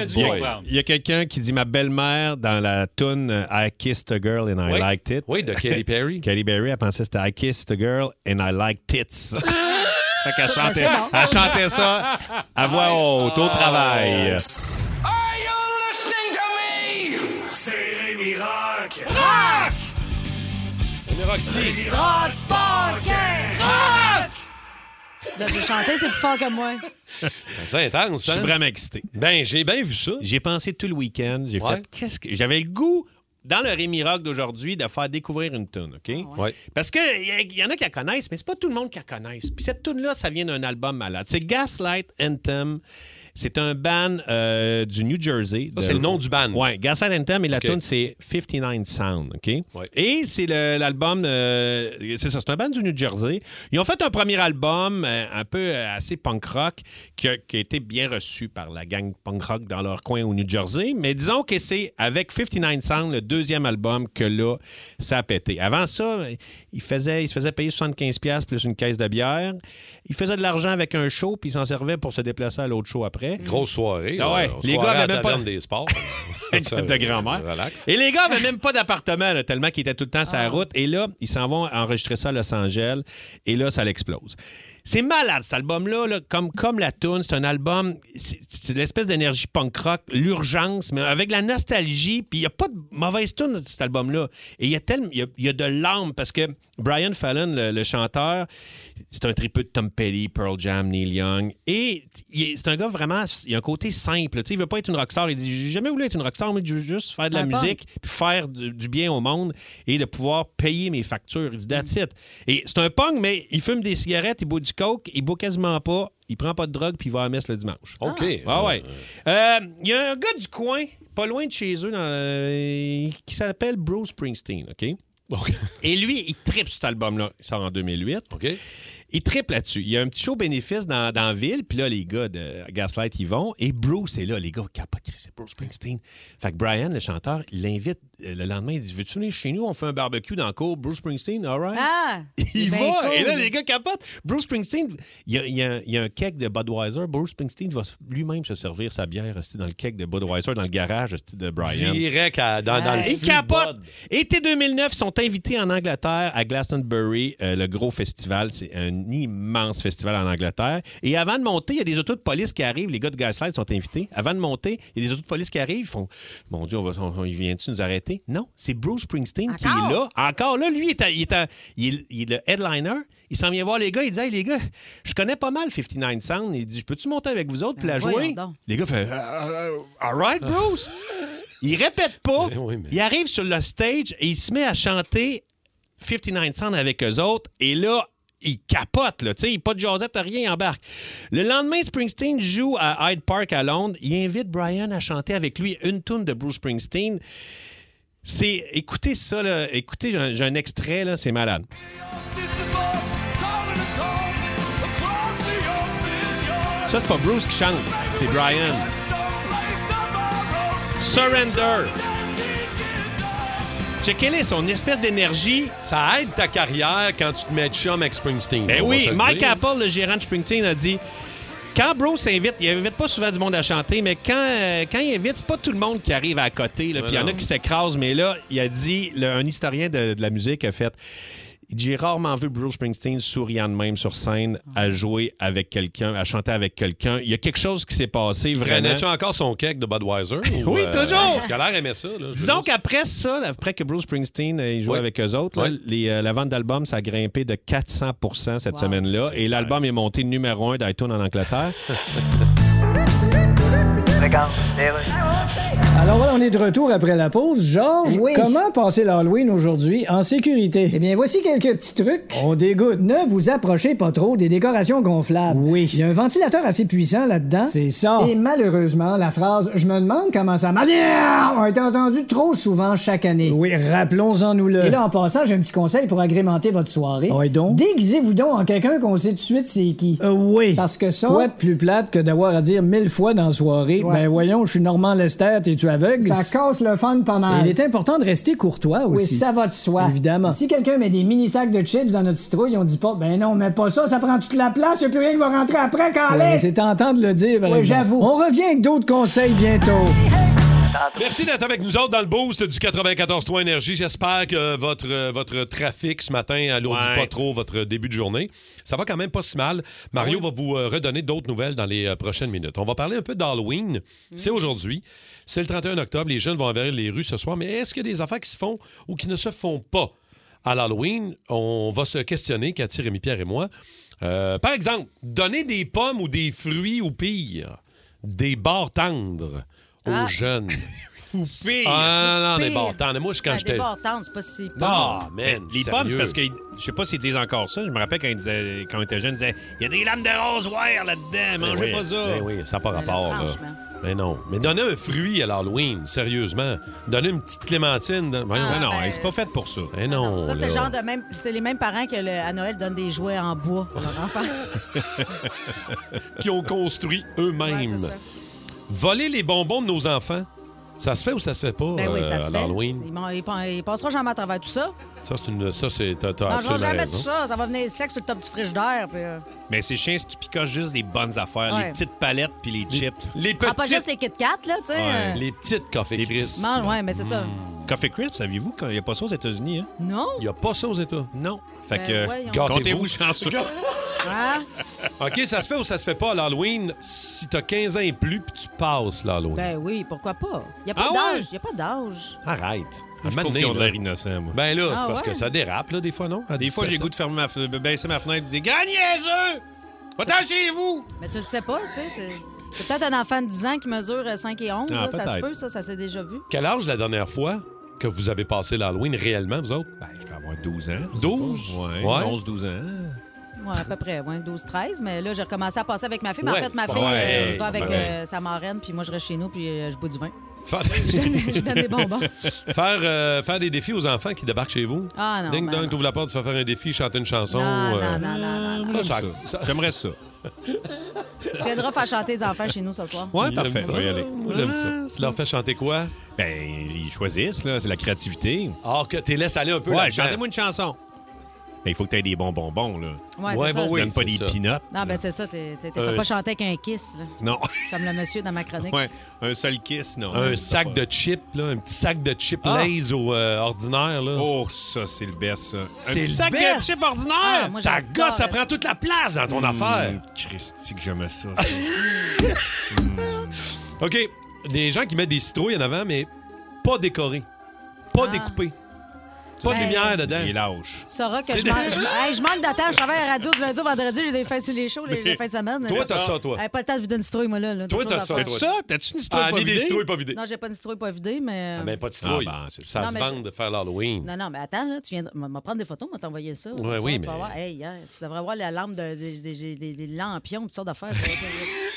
L: Il y a du
A: boy.
L: comprendre.
C: Il y a quelqu'un qui dit ma belle-mère dans la tune euh, I kissed a girl and I
A: Oui.
C: liked it.
A: Oui, de Katy Perry.
C: Katy Berry, elle pensait <laughs> que c'était I kissed a girl and I liked tits.
A: <laughs>
C: fait qu'elle chantait,
B: c'est bon.
C: elle chantait ça à voix haute, au travail.
A: Ah.
D: C'est Rémi Rock!
B: Rock, poker, rock! Là, j'ai chanté, c'est plus fort que moi.
A: C'est intense,
C: Je suis
A: hein?
C: vraiment excité.
A: Ben, j'ai bien vu ça.
C: J'ai pensé tout le week-end, j'ai
A: Ouais.
C: fait qu'est-ce que. J'avais le goût, dans le Rémi Rock d'aujourd'hui, de faire découvrir une tune, OK?
A: Ouais.
C: Parce que il y a- il y, en a qui la connaissent, mais c'est pas tout le monde qui la connaisse. Puis cette tune là ça vient d'un album malade. C'est Gaslight Anthem. C'est un band euh, du New Jersey.
A: Ça, c'est le nom du band.
C: Oui, Gaslight Anthem et la
A: OK.
C: tune c'est 59 Sound, OK? Et c'est le- l'album, euh, c'est ça, c'est un band du New Jersey. Ils ont fait un premier album euh, un peu euh, assez punk rock qui a, qui a été bien reçu par la gang punk rock dans leur coin au New Jersey. Mais disons que c'est avec 59 Sound, le deuxième album, que là, ça a pété. Avant ça, ils, faisaient, ils se faisaient payer 75$ plus une caisse de bière. Ils faisaient de l'argent avec un show, puis ils s'en servaient pour se déplacer à l'autre show après.
A: Grosse soirée.
C: Ah ouais,
A: on se
C: les gars
A: croirait à
C: avaient
A: la
C: même pas.
A: taverne des sports.
C: <laughs> de grand-mère.
A: Relax.
C: Et les gars avaient même pas d'appartement, là, tellement qu'ils étaient tout le temps sur la route. Et là, ils s'en vont enregistrer ça à Los Angeles. Et là, ça l'explose. C'est malade, cet album-là. là. comme, comme la tune, c'est un album, c'est- c'est l'espèce d'énergie punk rock, l'urgence, mais avec la nostalgie. Puis il n'y a pas de mauvaise tune dans cet album-là. Et il y, a tellement- il y a, il y a de l'âme parce que Brian Fallon, le, le chanteur, c'est un tripeux de Tom Petty, Pearl Jam, Neil Young. Et il est- c'est un gars vraiment, il a un côté simple. Tu sais, il veut pas être une rockstar. Il dit J'ai jamais voulu être une rockstar, mais je veux juste faire de la
A: Un punk.
C: musique, puis faire du, du bien au monde et de pouvoir payer mes factures. Il dit That's it. Et c'est un punk, mais il fume des cigarettes, il boit du coke, il boit quasiment pas, il prend pas de drogue, puis il va à la messe le dimanche.
A: OK.
C: Ah ouais. Euh, Il y a un gars du coin, pas loin de chez eux, dans le- qui s'appelle Bruce Springsteen, OK? Et lui, il tripe cet album-là. Il sort en 2008. Il tripe là-dessus. Il y a un petit show bénéfice dans, dans la ville. Puis là, les gars de Gaslight, ils vont. Et Bruce est là. Les gars, capotent, Chris, c'est Bruce Springsteen. Fait que Brian, le chanteur, il l'invite euh, le lendemain. Il dit Veux-tu venir chez nous On fait un barbecue dans le cours. Bruce Springsteen, all right.
B: Ah!
C: <laughs> Il
B: ben
C: va!
B: cool.
C: Et là, les gars capotent. Bruce Springsteen, il y a, il y a un- il y a un keg de Budweiser. Bruce Springsteen va s- lui-même se servir sa bière aussi, dans le keg de Budweiser, dans le garage aussi, de Brian.
A: Direct à- euh, dans, dans le
C: Ils
A: flux.
C: capotent. Été 2009, ils sont invités en Angleterre à Glastonbury, euh, le gros festival. C'est un immense festival en Angleterre. Et avant de monter, il y a des autos de police qui arrivent. Les gars de Gaslight sont invités. Avant de monter, il y a des autos de police qui arrivent. Ils font Mon Dieu, on va, on- on- il vient-tu nous arrêter Non, c'est Bruce Springsteen qui est là. Encore là, lui, il est, à- il est, à- il est- il est le headliner. Il s'en vient voir les gars. Il dit Hey, les gars, je connais pas mal 59 Sound. Il dit Je peux-tu monter avec vous autres puis la
A: Ben, voyons
C: jouer
A: donc.
C: Les gars font Ah, ah, ah, All right, Bruce il répète pas. Il arrive sur le stage et il se met à chanter 59 Cent avec eux autres. Et là, il capote, là. Tu sais, il pas de jasette, rien, il embarque. Le lendemain, Springsteen joue à Hyde Park à Londres. Il invite Brian à chanter avec lui une tune de Bruce Springsteen. C'est. Écoutez ça, là. Écoutez, j'ai un, j'ai un extrait, là. C'est malade. Ça, c'est pas Bruce qui chante, c'est Brian. Surrender. Checkez-les, son espèce d'énergie.
A: Ça aide ta carrière quand tu te mets de chum avec Springsteen.
C: Ben
A: on va
C: oui,
A: se le
C: Mike
A: dire.
C: Apple, le gérant de Springsteen, a dit quand Bruce s'invite, il invite pas souvent du monde à chanter, mais quand, euh, quand il invite, c'est pas tout le monde qui arrive à côté. là,
A: Ben
C: Puis il y en
A: non.
C: a qui s'écrasent, mais là, il a dit le- un historien de, de la musique a fait. il dit, J'ai rarement vu Bruce Springsteen souriant de même sur scène à jouer avec quelqu'un, à chanter avec quelqu'un. Il y a quelque chose qui s'est passé vraiment.
A: Prenais-tu encore son cake de Budweiser? ou, euh,
C: Oui, toujours.
A: Parce qu'il a l'air aimé ça. Là, je veux
C: Disons
A: dire.
C: qu'après ça, là, après que Bruce Springsteen euh, il jouait
A: Oui.
C: avec eux autres, là,
A: Oui.
C: les, euh, la vente d'albums, ça a grimpé de 400 cette
A: Wow.
C: semaine-là. Et l'album est monté numéro un d'iTunes en <laughs> Angleterre.
E: Alors voilà, on est de retour après la pause. Georges,
F: Oui.
E: comment passer l'Halloween aujourd'hui en sécurité?
F: Eh bien, voici quelques petits trucs.
E: On dégoûte.
F: Ne vous approchez pas trop des décorations gonflables. Oui. Il y a un ventilateur assez puissant là-dedans.
E: C'est ça.
F: Et malheureusement, la phrase Je me demande comment ça marche a été entendue trop souvent chaque année.
E: Oui, rappelons-en-nous le.
F: Et là, en passant, j'ai un petit conseil pour agrémenter votre soirée.
E: Ouais, donc?
F: Déguisez-vous donc en quelqu'un qu'on sait tout de suite c'est qui.
E: oui.
F: Parce que ça,
E: Quoi de plus plate que d'avoir à dire mille fois dans la soirée,
F: Ouais.
E: ben voyons, je suis Normand Lester, t'es-tu aveugle?
F: ça casse le fun pas
E: Et
F: mal.
E: Il est important de rester courtois
F: oui,
E: aussi.
F: ça va de soi.
E: Évidemment.
F: Si quelqu'un met des mini sacs de chips dans notre citrouille, on dit pas, ben non, mets pas ça, ça prend toute la place, y'a plus rien qui va rentrer après, quand
E: Euh, C'est tentant de le dire, par
F: Oui,
E: exemple.
F: j'avoue.
E: On revient avec d'autres conseils bientôt.
A: Merci d'être avec nous autres dans le boost du 94.3 Énergie. J'espère que votre, euh, votre trafic ce matin alourdit
C: Ouais.
A: pas trop votre début de journée. Ça va quand même pas si mal. Mario va vous euh, redonner d'autres nouvelles dans les euh, prochaines minutes. On va parler un peu
C: Mm.
A: d'Halloween. C'est aujourd'hui. C'est le 31 octobre. Les jeunes vont envers les rues ce soir. Mais est-ce qu'il y a des affaires qui se font ou qui ne se font pas à l'Halloween? On va se questionner, Cathy, Rémi-Pierre et moi. Euh, par exemple, donner des pommes ou des fruits ou pire, des barres tendres aux
B: Ah.
A: jeunes.
C: <laughs> ou pire.
A: Ah, non, non, des bartendes. Moi, je- quand
B: Ben,
A: j'étais. Ah,
B: Des bartendes, c'est pas si pire.
C: Non,
A: man,
C: mais les pommes, c'est
A: Eh, sérieux.
C: parce que je sais pas s'ils disent encore ça. Je me rappelle quand, ils disaient- quand on était jeune, ils disaient il y a des lames de rose wire là-dedans,
A: Ben
C: mangez
A: oui,
C: pas ça.
A: ben oui, ça n'a pas rapport, là.
C: franchement.
A: Mais non. Mais donner un fruit à l'Halloween, sérieusement. Donner une petite clémentine. Ben,
B: Ah,
A: non,
B: ben,
A: c'est pas fait pour ça. Ben non.
B: Ah Ça, c'est
A: là.
B: le genre de même. C'est les mêmes parents que le- à Noël donnent des jouets en bois à
A: <laughs>
B: leurs enfants.
A: qui ont construit eux-mêmes.
B: Ouais, c'est ça.
A: Voler les bonbons de nos enfants, ça se fait ou ça se fait pas
B: Ben oui, ça
A: euh,
B: se
A: à
B: fait.
A: l'Halloween?
B: Ils m'ont- Ils pa- ils passeront jamais à travers tout ça.
A: Ça, c'est une. Ça, c'est. T'as t'as
B: Ils mangeront
A: absolument
B: jamais
A: raison.
B: tout ça. Ça va venir sec sur le top du frigidaire. Puis, euh,
C: Mais c'est chiant si tu picoches juste des bonnes affaires,
B: Ouais.
C: les petites palettes puis les chips.
A: Les
B: prends Ah, pas juste les Kit Kat, là, tu sais. euh,
C: les
A: petites Coffee Crisp.
B: mange- ouais, mais c'est ça.
A: Mm.
C: Coffee Crisp, saviez-vous qu'il n'y a pas ça aux États-Unis? Hein?
B: Non.
A: Il n'y a pas ça aux États.
C: Non. Fait
B: Ben
C: que,
B: voyons.
C: comptez-vous <laughs> chanceux.
B: Hein?
A: OK, ça se fait ou ça se fait pas à l'Halloween si t'as 15 ans et plus puis tu passes l'Halloween.
B: Ben oui, pourquoi pas? Il n'y a pas
A: Ah
B: d'âge. Il a pas d'âge.
A: Arrête.
C: Je trouve qu'ils ont de l'air innocents, moi.
A: Ben là,
B: Ah
A: c'est parce
B: ouais?
A: que ça dérape, là, des fois, non?
B: Ah.
C: Des fois, j'ai goût de fermer ma f- de baisser ma fenêtre et de dire Gagnez eux!
B: Va-t'en
C: chez vous!
B: Mais tu le sais pas, tu sais. c'est- C'est peut-être un enfant de 10 ans qui mesure euh, 5 et 11.
A: Ah,
B: là, ça se
A: peut-être.
B: peut, ça, ça s'est déjà vu.
A: Quel âge la dernière fois que vous avez passé l'Halloween réellement, vous autres? Ben, je vais avoir 12 ans. 12?
C: Hein? Ouais, 11-12 ans.
B: Ouais, à peu près, ouais, 12-13. Mais là, j'ai recommencé à passer avec ma fille. Mais
A: Ouais,
B: en fait, ma
A: c'est
B: fille
A: pas-
B: euh,
A: ouais,
B: va avec
A: ben ouais.
B: euh, sa marraine, puis moi, je reste chez nous, puis euh, je bois du vin. <laughs>
A: Faire... <laughs>
B: je donne des bonbons.
A: Faire, euh, faire des défis aux enfants qui débarquent chez vous.
B: Ah, non,
A: Ding
B: ben
A: dong,
B: non.
A: t'ouvres la porte, tu vas faire un défi, chanter une chanson. euh,
B: Non, non, non, non,
A: moi, j'aime ça.
C: J'aimerais Ah, ça.
B: Tu viendras faire chanter les enfants chez nous ce soir.
C: Ouais,
A: Il aime
C: parfait.
A: ça.
C: on va y aller.
A: Moi, j'aime ça. Tu leur fais chanter quoi?
C: Ben, ils choisissent, là. C'est la créativité.
A: Ah, que tu laisses aller un peu.
C: Ouais,
A: là-dedans.
C: chantez-moi une chanson. Ben, il faut que tu aies des bons bonbons, là.
B: Ouais, c'est Ouais, ça, ben c'est oui,
C: Donne pas
B: c'est
C: des
B: ça.
C: pinottes.
B: Non, ben c'est ça, t'es t'es- t'es
C: Euh,
B: fait pas
C: c'est-
B: chanter avec un kiss, là,
C: Non. <laughs>
B: comme le monsieur dans ma chronique.
C: Ouais, un seul kiss, non.
A: Un sac de chips, là, un petit sac de chips Lay's au euh, ordinaire. Là.
C: Oh, ça, c'est le best, ça. Un
A: C'est
C: petit
A: le
C: sac de
A: best.
C: chips ordinaire.
A: Ah, moi, Ça j'adore gosse, ça le- prend toute la place dans ton affaire.
C: Christy, que j'aimais <laughs> ça.
A: OK. Des gens qui mettent des citrouilles en avant, mais pas décorées, pas découpées, pas de
B: Ah. Ben,
A: lumière dedans.
C: Il lâche.
B: Tu sauras euh, que
A: C'est
B: je,
A: des-
B: man- je- hey, je manque de temps. Je travaille à la radio du lundi au vendredi. J'ai des fêtes sur les shows, les, les fins de semaine.
A: Toi, t'as ça, toi.
B: Hey, pas le temps de vider une citrouille, moi, là. là
A: Toi,
B: d'autres
A: t'as
B: choses
A: ça,
B: à faire.
A: toi. T'as ça?
C: T'as-tu une
A: citrouille Ah, pas ni des vidée? citrouilles pas vidées.
B: Non, j'ai pas une citrouille pas vidée, mais. euh,
A: Ah, ben, pas de citrouilles.
C: Ah, ben, c'est-
A: ça
B: Non,
A: se
B: mais
A: vend
B: je-
A: de faire l'Halloween.
B: Non, non, mais attends, là, tu viens de m'a- m'a prendre des photos, m'a t'envoyer ça.
A: Ouais,
B: Ce soir,
A: oui,
B: Tu vas
A: mais-
B: voir, hey, hier, tu devrais voir la lampe de- des des- des- des- des lampions, toutes sortes d'affaires.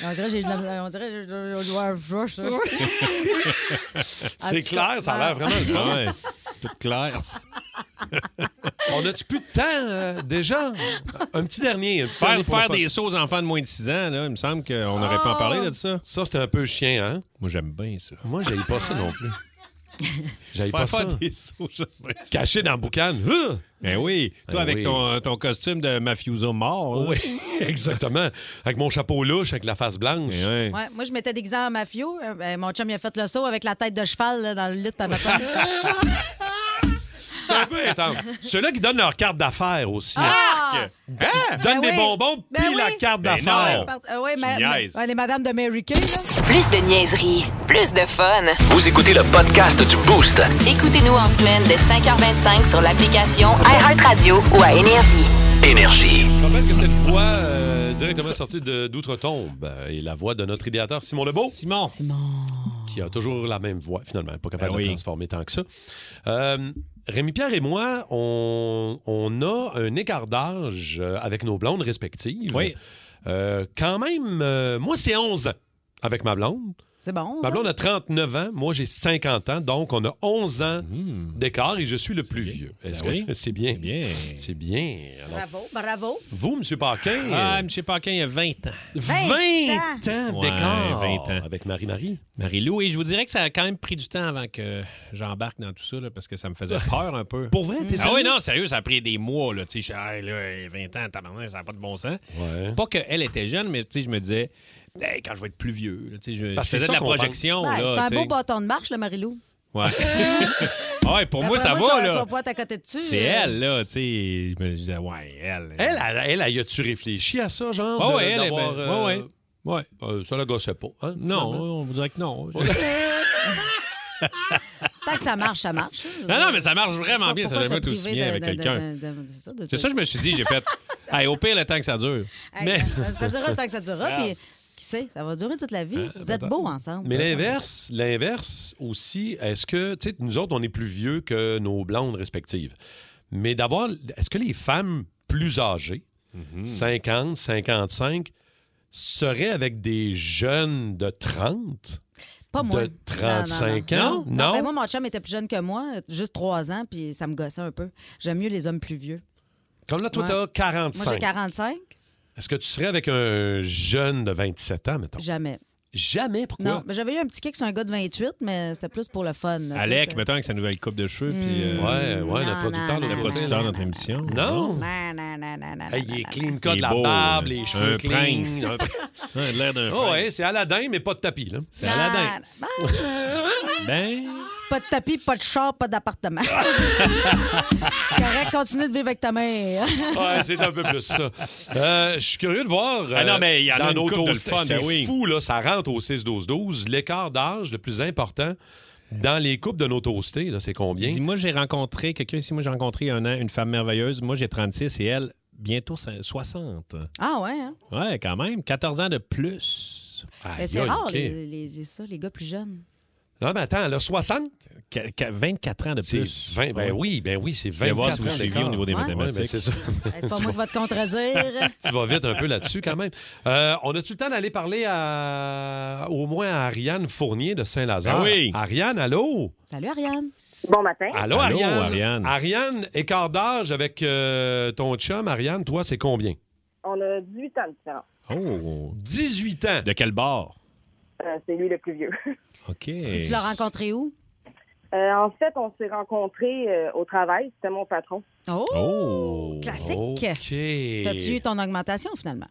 B: on dirait que j'ai de la- on dirait que j'ai de la- on dirait
C: <laughs>
B: que j'ai de la- En
A: C'est
B: tout
A: clair,
B: cas, ah.
A: ça a l'air vraiment le fun.
C: Ouais, c'est tout clair. ça.
A: On a-tu plus de temps euh, déjà? Un petit dernier. Un petit
C: Faire,
A: dernier pour le
C: faire
A: fun.
C: des sauts aux enfants de moins de 6 ans, là, il me semble qu'on aurait pu en parler là, de ça.
A: Ça, c'était un peu chien, hein?
C: Moi, j'aime bien ça.
A: Moi, j'aille pas ça non plus. J'aille
C: Faire
A: pas
C: faire
A: ça.
C: des sauts, j'aime bien ça.
A: Caché dans le boucan. Huh!
C: Ben oui, toi
A: Ben
C: avec
A: oui.
C: Ton, ton costume de mafioso mort. là.
A: Oui, <laughs> exactement. Avec mon chapeau louche, avec la face blanche.
C: Ouais.
B: Ouais, moi, je m'étais déguisée en mafio. Euh, ben, mon chum, il a fait le saut avec la tête de cheval là, dans le lit de ta
C: <laughs>
B: maman.
A: C'est un peu intense. Ah, ben, Ceux-là qui donnent leur carte d'affaires aussi.
B: Ah!
A: Donne
B: Ben
A: des
B: oui.
A: bonbons,
B: Ben
A: puis la
B: oui.
A: carte
C: Ben
A: d'affaires.
C: non.
B: Euh, ouais,
C: Tu
B: ma- ma-
C: niaises.
B: ouais, les madames de Mary Kay, là.
H: Plus de niaiserie, plus de fun.
M: Vous écoutez le podcast du Boost.
H: Écoutez-nous en semaine de 5h25 sur l'application iHeartRadio ou à Énergie.
M: Énergie.
A: Je rappelle que c'est une voix euh, directement sortie de- d'Outre-Tombe euh, et la voix de notre idéateur Simon Lebeau.
C: Simon.
A: Qui a toujours la même voix, finalement. Pas capable
C: Ben
A: de
C: oui.
A: la transformer tant que ça. Euh, Rémi-Pierre et moi, on, on a un écart d'âge euh, avec nos blondes respectives.
C: Oui.
A: Euh, quand même, euh, moi, c'est 11 ans avec ma blonde.
B: C'est bon.
A: Ma
B: ça?
A: blonde a 39 ans, moi j'ai 50 ans, donc on a 11 ans d'écart et je suis le plus vieux. Est-ce
C: Mmh. Ben
A: que <laughs>
C: oui.
A: c'est bien?
C: Bien.
A: C'est bien. Alors,
B: Bravo, bravo.
A: vous, M. Paquin,
C: Ah,
A: euh,
C: M. Paquin, il y a 20 ans.
A: 20 ans
C: Ouais,
A: d'écart
C: 20 ans.
A: avec Marie-Marie.
C: Marie-Lou, et je vous dirais que ça a quand même pris du temps avant que j'embarque dans tout ça, là, parce que ça
A: <laughs>
C: me faisait peur un peu.
A: Pour vrai, t'es
C: Ah
A: sérieux?
C: oui, non, sérieux, ça a pris des mois. Là, tu sais, je suis, Hey, là, hey, 20 ans, tabarnak, ça n'a pas de bon sens.
A: Ouais.
C: Pas qu'elle était jeune, mais tu sais, je me disais, Hey, quand je vais être plus vieux, là, tu sais, je,
A: Parce
C: je
A: que c'est
C: faisais de la
A: ça qu'on
C: projection.
B: Ouais,
C: Oh, là,
B: c'est un
C: tu
B: beau
C: sais.
B: bâton de marche, le Marilou.
C: Ouais. Ah ouais, pour moi,
B: Après
C: ça
B: Ben, moi, tu vas-
C: va.
B: Tu vas
C: là.
B: pouvoir t'accoter dessus. euh,
C: C'est elle, là, tu sais. Je me disais, ouais, elle.
A: Elle, elle, elle, elle, a-tu réfléchi à ça, genre?
C: Ouais,
A: de-
C: ouais, elle, elle,
A: d'avoir,
C: ben,
A: euh,
C: ouais, ouais. Ouais.
A: euh, ça la gossait pas. hein,
C: Non,
A: finalement?
C: on vous dirait que non.
B: Tant que ça marche, ça marche.
C: Ah, Non, non, mais ça marche vraiment
B: Pourquoi-
C: bien. Ça
B: pourquoi
C: jamais
B: se
C: été aussi
B: priver
C: bien
B: de-
C: avec
B: de-
C: quelqu'un.
B: de- de- de- de ça, de-
C: C'est ça, je me suis dit, j'ai fait. Hey, au pire, le temps que ça dure.
B: Hey,
C: Mais-
B: Ça durera tant que ça durera.
C: Regarde.
B: Puis Qui sait? Ça va durer toute la vie.
A: Euh,
B: Vous êtes
A: peut-être.
B: beaux ensemble.
A: Mais l'inverse, l'inverse aussi, est-ce que, tu sais, nous autres, on est plus vieux que nos blondes respectives. Mais d'avoir, est-ce que les femmes plus âgées,
C: Mhm.
A: 50, 55, seraient avec des jeunes de 30?
B: Pas moi.
A: De 35
B: Non, non,
A: ans?
B: non. Non, ben moi, mon chum était plus jeune que moi, juste 3 ans, puis ça me gossait un peu. J'aime mieux les hommes plus vieux.
A: Comme là, toi,
B: Ouais.
A: t'as
B: Moi,
A: 45.
B: j'ai 45.
A: Est-ce que tu serais avec un jeune de 27 ans, mettons?
B: Jamais.
A: Jamais? Pourquoi?
B: Non, mais j'avais eu un petit kick sur un gars de 28, mais c'était plus pour le fun. là, tu sais,
C: Alec,
B: c'était-
C: mettons, avec sa nouvelle coupe de cheveux. Puis,
A: Ouais, ouais, le producteur,
C: le
A: notre
C: producteur de notre émission.
A: Non?
B: Non, non, non, non, non.
A: Hey, il est clean cut,
C: Il est
A: la
C: beau,
A: barbe,
C: là.
A: les cheveux
C: Un
A: clean. <laughs>
C: prince.
A: Un... l'air d'un ouais, c'est Aladdin, mais pas de tapis, là. C'est
B: Aladdin.
A: Ben...
B: Pas de tapis, pas de char, pas d'appartement. Correct, continue de vivre avec ta mère.
A: <laughs> Ouais, c'est un peu plus ça. Euh, je suis curieux de voir. euh,
C: Ah non, mais il y en a
A: dans
C: une
A: nos
C: couple de le
A: toasts,
C: fun,
A: C'est
C: ben oui.
A: fou, là. Ça rentre au 6-12-12. L'écart d'âge le plus important dans les couples de nos toastés, là, c'est combien?
C: Dis-moi, j'ai rencontré quelqu'un ici. Moi, j'ai rencontré un an une femme merveilleuse. Moi, j'ai 36 et elle, bientôt cin- 60.
B: Ah ouais, hein?
C: Ouais, quand même. 14 ans de plus.
B: Mais c'est rare, les, les- les- ça, les gars plus jeunes.
A: Non, Ah, mais attends, elle a 60?
C: 24 ans de plus.
A: vingt- ben oui, ben oui, c'est
C: Je voulais
A: 24
C: voir si vous
A: ans
C: suiviez
A: d'écart.
C: au niveau des
A: Ouais.
C: mathématiques.
A: Ouais, ben c'est ça.
B: <laughs> Hey, c'est pas moi qui va te
C: <laughs>
B: contredire.
A: tu vas vite un peu là-dessus quand même. Euh, on a-tu le temps d'aller parler à, au moins à Ariane Fournier de Saint-Lazare?
C: Ben oui.
A: Ariane, allô?
B: Salut, Ariane.
N: Bon matin.
A: Allô,
C: Allô,
A: Ariane.
C: Ariane.
A: Ariane, écart d'âge avec euh, ton chum. Ariane, toi, c'est combien?
N: On a 18 ans de différence.
A: Ah.
C: Oh.
A: 18 ans.
C: De quel bord?
N: Euh, c'est lui le plus vieux.
C: OK.
B: Puis tu l'as rencontré où?
N: Euh, en fait, on s'est rencontrés euh, au travail. C'était mon patron.
B: Oh!
A: Oh!
B: Classique.
A: OK.
B: T'as-tu eu ton augmentation finalement?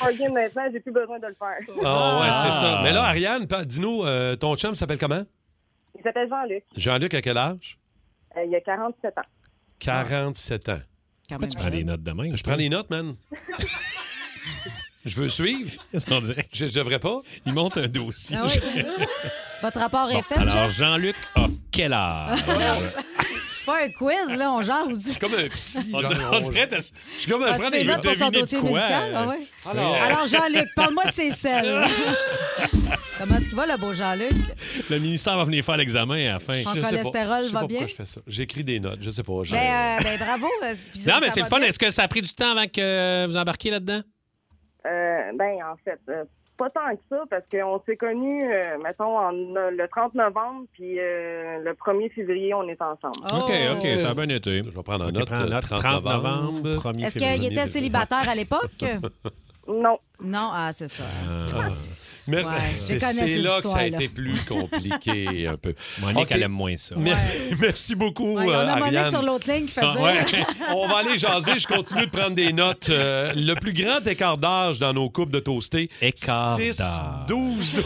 N: Ah, bien, maintenant, j'ai plus besoin de le faire.
A: Oh, ouais, c'est
C: Ah.
A: ça. Mais là, Ariane, pa- dis-nous, euh, ton chum s'appelle comment?
N: Il s'appelle Jean-Luc.
A: Jean-Luc, à quel âge?
N: Euh, il a 47 ans.
A: 47 ans.
B: Pourquoi
C: tu prends des notes de même?
A: Je prends les notes, man. Je veux suivre.
C: On dirait.
A: Je, je devrais pas.
C: Il monte un dossier.
B: Ah
C: <laughs>
B: oui. Votre rapport est fait,
C: Alors,
B: chef?
C: Jean-Luc a quel âge?
B: C'est pas un quiz, là, on jase.
A: Comme un psy.
C: On
A: genre,
C: dirait- on dirait- Je suis
A: comme un
B: Ah, tu fais note pour son dossier médical? Ah ouais?
C: Euh,
A: Alors-
B: Alors, Jean-Luc, parle-moi de ses
C: <laughs>
B: selles. Comment est-ce qu'il va, le beau Jean-Luc?
C: Le ministère va venir faire l'examen à la fin.
B: Son
A: Je sais pas.
B: cholestérol
A: Je sais
B: va
A: pas
B: bien?
A: Pourquoi je fais ça? J'écris des notes, je sais pas. je-
B: Ben, euh, ben, bravo. euh, puis ça,
C: Non, mais
B: ça
C: c'est le
B: va
C: fun.
B: bien.
C: Est-ce que ça a pris du temps avant que euh, vous embarquiez là-dedans?
N: Euh, ben, en fait, euh, pas tant que ça, parce qu'on s'est connus, euh, mettons, en, euh, le 30 novembre, puis euh, le 1er février, on est ensemble.
C: OK,
B: Oh,
C: OK, ça a bien été.
A: Je vais prendre en
C: Ok,
A: note,
C: prends en note,
A: 30
C: 30
A: novembre.
C: euh, novembre, 1er
B: Est-ce
C: février.
B: qu'il était célibataire à l'époque?
N: Non.
B: Non, ah, c'est ça.
C: Euh,
A: Mais
B: Ouais, je connais
A: c'est
B: ces
A: là que ça a
B: histoires-là.
A: été plus compliqué un peu.
C: Monique,
A: Ok.
C: elle aime moins ça.
A: Mer- Merci beaucoup,
B: Ouais, on
A: euh,
C: hein,
B: a Monique
A: Ariane.
B: sur l'autre ligne qui fait
A: Ah,
B: dire.
A: ouais. On va aller jaser. Je continue de prendre des notes. Euh, le plus grand écart d'âge dans nos coupes de toastés.
C: Écart
A: 6,
C: d'âge.
A: 12, 12.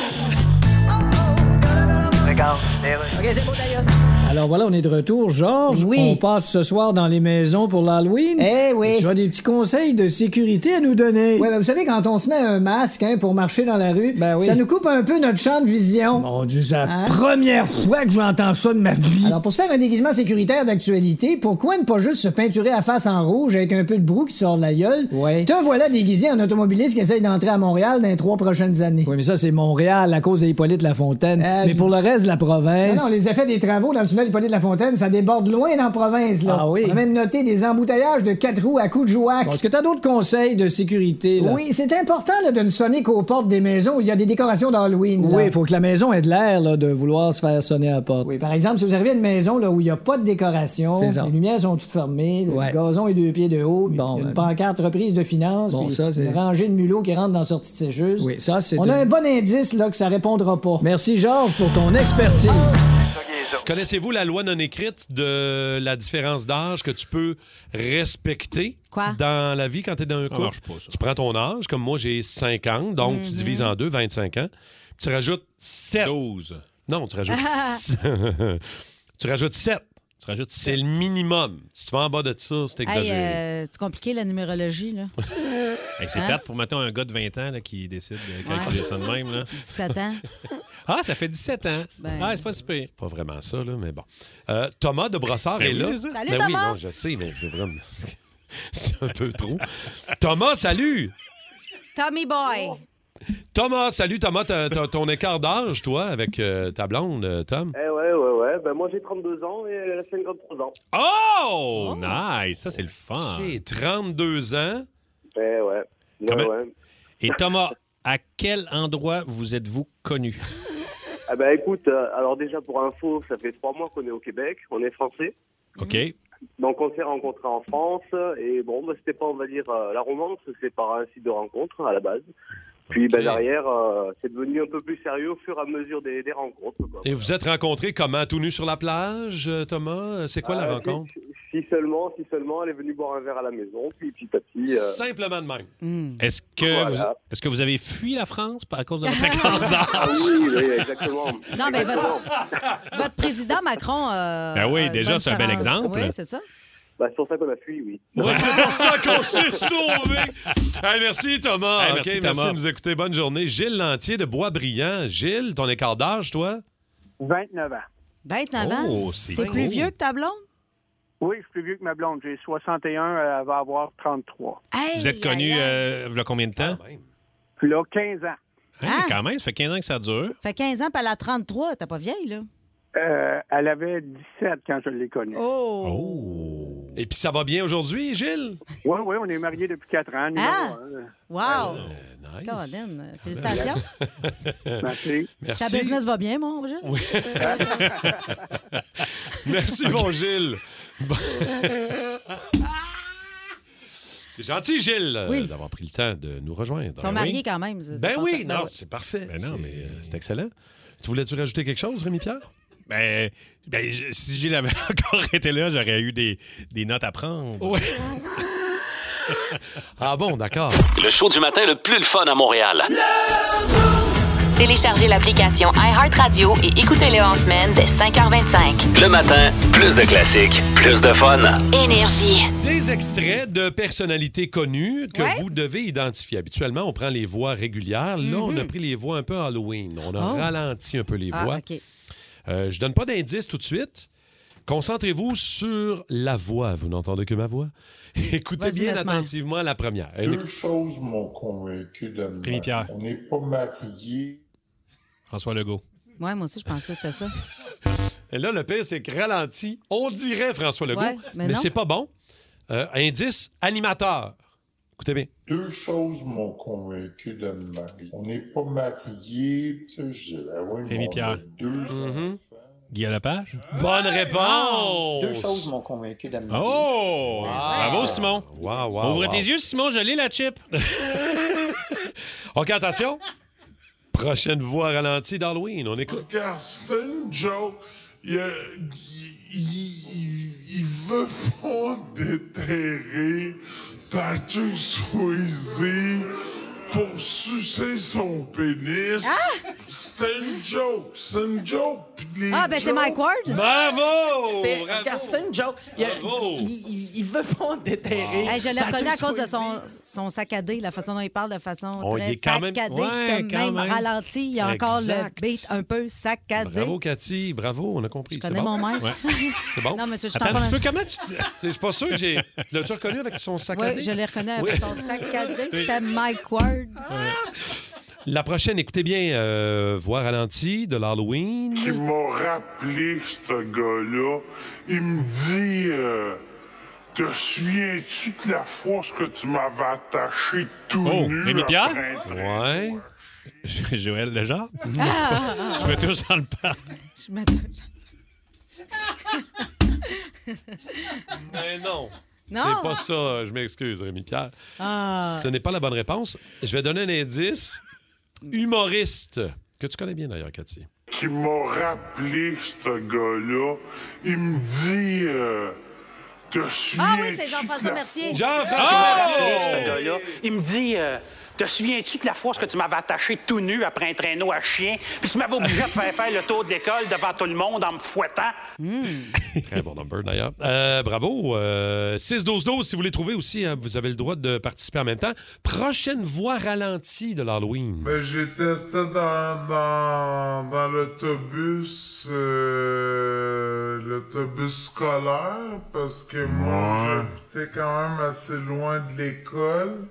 E: Alors voilà, on est de retour. Georges,
F: Ah. Oui.
E: on passe ce soir dans les maisons pour l'Halloween.
F: Eh oui.
E: Et Tu as des petits conseils de sécurité à nous donner.
F: Ouais, ben, vous savez, quand on se met un masque hein, pour marcher dans la rue,
E: Ben oui.
F: ça nous coupe un peu notre champ de vision.
E: Mon Dieu, c'est la
F: Hein?
E: première fois que j'entends ça de ma vie.
F: Alors, pour se faire un déguisement sécuritaire d'actualité, pourquoi ne pas juste se peinturer à face en rouge avec un peu de brou qui sort de la gueule?
E: Ouais.
F: Te voilà déguisé en automobiliste qui essaye d'entrer à Montréal dans les trois prochaines années.
E: Oui, mais ça, c'est Montréal à cause de Hippolyte Lafontaine.
F: Euh,
E: mais pour le reste de la
F: Non,
E: province.
F: non, les effets des travaux dans le tunnel Hippolyte Lafontaine, ça déborde loin dans la province, là.
E: Ah oui.
F: On a même noté des embouteillages de quatre roues à coups de jouac.
E: Bon, Est-ce que t'as d'autres conseils de sécurité? Là?
F: oui, c'est important là, de ne sonner qu'aux portes des maisons où il y a des décorations d'Halloween. là.
E: Oui, il faut que la maison ait de l'air là, de vouloir se faire sonner à la porte.
F: Oui, par exemple, si vous arrivez à une maison là, où il n'y a pas de décoration,
E: C'est ça.
F: les lumières sont toutes fermées,
E: Ouais.
F: le gazon est deux pieds de haut, puis
E: Bon,
F: une
E: ben.
F: pancarte reprise de finances,
E: Bon,
F: puis
E: ça, c'est-
F: une rangée de mulots qui rentre dans la sortie de sécheuse.
E: Oui, ça, c'est.
F: On a
E: une-
F: un bon indice là, que ça répondra pas.
E: Merci, Georges, pour ton expertise.
A: Connaissez-vous la loi non écrite de la différence d'âge que tu peux respecter
B: Quoi?
A: dans la vie quand tu es dans un couple?
C: marche pas, ça.
A: Tu prends ton âge, comme moi j'ai 50, donc tu divises en deux, 25 ans. puis Tu rajoutes 7.
C: 12.
A: Non, tu rajoutes. six. <laughs> tu rajoutes 7.
C: Tu rajoutes
A: C'est
C: 7.
A: le minimum. Si tu vas en bas de ça, c'est
B: Hey,
A: exagéré.
B: euh, c'est compliqué la numérologie, là.
C: c'est
B: Hein?
C: plate pour, mettons, un gars de 20 ans là, qui décide de calculer ça de même. Là.
B: 17 ans.
C: Ah, ça fait 17 ans.
B: Ben,
C: ah, c'est pas si pire.
A: Pas vraiment ça, là, mais bon. Euh, Thomas de Brossard
C: Ben
A: est
C: oui,
A: là.
C: c'est ça.
B: Salut,
A: Ben oui,
B: Thomas.
A: non, <laughs> je sais, mais c'est vraiment. c'est un peu trop. Thomas, salut!
B: Tommy Boy.
A: Thomas, salut Thomas, t'as- t'as ton écart d'âge, toi, avec euh, ta blonde, euh, Tom.
I: Eh ouais, ouais, ouais. Ben, moi, j'ai 32 ans et euh, elle a 53 ans.
A: Oh! Nice, ça c'est le fun. C'est 32 ans.
I: Eh ouais. Ouais,
C: Comment-
I: ouais.
C: Et Thomas, à quel endroit vous êtes-vous connu?
I: Ah ben, écoute, euh, alors déjà, pour info, ça fait trois mois qu'on est au Québec. On est français.
C: OK.
I: Donc, on s'est rencontrés en France. Et bon, ben, c'était pas, on va dire, euh, la romance. C'est par un site de rencontre, à la base. Puis, ben, derrière, euh, c'est devenu un peu plus sérieux au fur et à mesure des, des rencontres. quoi.
A: Et vous êtes rencontrés comment? Tout nu sur la plage, euh, Thomas? C'est quoi la
I: Ah, si-
A: rencontre?
I: Si seulement, si seulement, elle est venue boire un verre à la maison. Puis, petit à petit... euh,
A: Simplement de même.
C: Est-ce que,
I: Voilà.
C: vous, est que vous avez fui la France par- à cause de votre écart d'âge?
I: Ah oui, oui, exactement.
B: Non, mais votre, votre président Macron. euh,
C: Ben oui,
B: a une
C: déjà,
B: bonne
C: c'est un bel
B: différence.
C: exemple.
B: Oui, c'est ça.
I: Bah, c'est pour ça qu'on a fui, oui.
A: Ouais, Bah, c'est pour ça qu'on <laughs> s'est sauvés. Hey, merci Thomas.
C: Hey,
A: Ok,
C: merci,
A: Ah, merci,
C: Thomas.
A: de nous écouter. Bonne journée. Gilles Lantier de Bois-Brillant. Gilles, ton écart d'âge, toi?
O: 29 ans.
B: 29 ans.
A: Oh, c'est
B: T'es
A: bien
B: plus
A: gros.
B: vieux que ta blonde?
O: Oui, je suis plus vieux que ma blonde. J'ai 61, elle va avoir 33.
C: vous êtes connu, euh, il y a combien de temps?
O: Puis là, 15 ans.
C: Hey, hein, Quand même, ça fait 15 ans que ça dure.
B: Ah, Fait 15 ans, puis elle a 33. T'es pas vieille, là?
O: Euh, elle avait 17 quand je l'ai connue.
A: Oh. Et puis ça va bien aujourd'hui, Gilles?
O: Oui, oui, on est mariés depuis 4 ans. numéro
B: Ah!
O: un.
B: Wow!
A: nice. Ah, ben,
B: Colin, euh, félicitations.
O: Merci.
B: Ta business va bien, mon Gilles?
A: Merci, mon Gilles. <laughs> Bon- C'est gentil, Gilles, euh,
B: Oui.
A: d'avoir pris le temps de nous rejoindre.
B: Ils sont
A: Ben
B: mariés
A: oui.
B: quand même. c'est
A: Ben
B: important.
A: oui, non,
B: ouais.
A: c'est parfait. Ben non, mais euh, c'est excellent. Tu voulais-tu rajouter quelque chose, Rémi-Pierre?
C: Ben, ben, je- si Gilles avait <laughs> encore été là, j'aurais eu des, des notes à prendre.
A: ah bon, d'accord.
P: Le show du matin le plus le fun à Montréal.
H: Téléchargez l'application iHeartRadio et écoutez-le en semaine dès 5h25.
P: Le matin, plus de classiques, plus de fun.
H: Énergie.
A: Des extraits de personnalités connues que
H: Ouais.
A: vous devez identifier. Habituellement, on prend les voix régulières. Là, on a
H: Mhm.
A: pris les voix un peu Halloween. On a
H: Oh.
A: ralenti un peu les
H: Ah,
A: voix.
H: OK.
A: Euh, je donne pas d'indice tout de suite. Concentrez-vous sur la voix. Vous n'entendez que ma voix. <laughs> Écoutez
J: Vas-y,
A: bien
J: Mesmer.
A: attentivement la première. Elle
I: Mm.
J: Deux choses m'ont convaincu de me-
C: Rémi Pierre.
J: On n'est pas mariés.
C: François Legault.
B: Ouais, moi aussi, je pensais que c'était ça.
A: Et là, le pire, c'est que ralenti, on dirait François Legault,
B: Ouais, mais
A: mais,
B: non.
A: c'est pas bon. Euh, indice animateur. Écoutez bien.
J: Deux choses m'ont convaincu de me marier. On n'est pas mariés. Tu sais, je dis, ah oui, mais
C: Rémi
J: on a
C: Pierre.
J: Deux enfants.
C: Guy Lepage?
A: Bonne réponse!
C: Deux choses
F: m'ont convaincu de
C: Oh! Bravo, Simon.
A: Wow, wow,
C: Ouvre
A: wow.
C: tes yeux, Simon, je l'ai la chip.
A: OK, attention. Prochaine voix ralentie d'Halloween. On écoute.
J: Regarde, c'est une joke. Il, a- il- il- il veut pas déterrer Patrick Swayze pour sucer son pénis. C'était une joke, c'est une joke. Puis les
B: Ah, ben c'est
J: jokes-
B: Mike Ward.
A: Bravo!
F: C'était regarde, c'était une joke. Il, a-
A: Bravo!
F: il- il- il veut pas déterrer.
B: Hey, je l'ai
F: Patrick
B: reconnu à cause de
F: Swayze.
B: son, son saccadé, la façon dont il parle de façon
A: On y
B: très
A: est quand même-
B: saccadée,
A: Ouais,
B: comme
A: quand
B: même,
A: même.
B: ralenti. Il y a encore
A: Exact.
B: le beat un peu saccadé.
A: Bravo, Cathy. Bravo, on a compris.
B: Je
A: C'est
B: connais
A: bon?
B: mon maître. <laughs>
A: Ouais. C'est bon.
B: Non, mais tu veux que je t'en Attends un parle petit
C: peu, comment tu.
A: Je suis pas sûr que j'ai. L'as-tu reconnu avec son sac à
B: Oui,
A: dés?
B: je les reconnais avec
A: Oui.
B: son saccadé.
A: Oui.
B: C'était Mike Ward.
A: La prochaine, écoutez bien, euh, voix ralentie de l'Halloween.
J: qui m'a rappelé ce gars-là. Il me dit euh, Te souviens-tu de la fois que tu m'avais attaché tout
C: Oh,
J: nu
C: Rémi
J: à
C: Pierre?
J: printemps?
A: Ouais.
C: Joël Legendre.
B: Ah!
C: Je me touche dans le parc.
B: Je me touche.
A: Mais non.
B: Non.
A: C'est pas ça, je m'excuse, Rémi-Pierre.
B: Ah.
A: Ce n'est pas la bonne réponse. Je vais donner un indice. Humoriste, que tu connais bien d'ailleurs, Cathy.
J: Qui m'a rappelé ce gars-là. Il me dit euh, Te souviens.
B: Ah oui, c'est Jean-François Mercier.
F: Ce gars-là, il me dit euh, Te souviens-tu de la fois que tu m'avais attaché tout nu après un traîneau à chien, puis tu m'avais obligé de faire faire le tour de l'école devant tout le monde en me fouettant?
A: Très bon number d'ailleurs. Euh, bravo. euh, 6-12-12, si vous les trouvez aussi, hein, vous avez le droit de participer en même temps. Prochaine voix ralentie de l'Halloween.
J: Mais Ben, j'étais c'était dans, dans, dans l'autobus, euh, l'autobus scolaire, parce que moi, j'habitais quand même assez loin de l'école.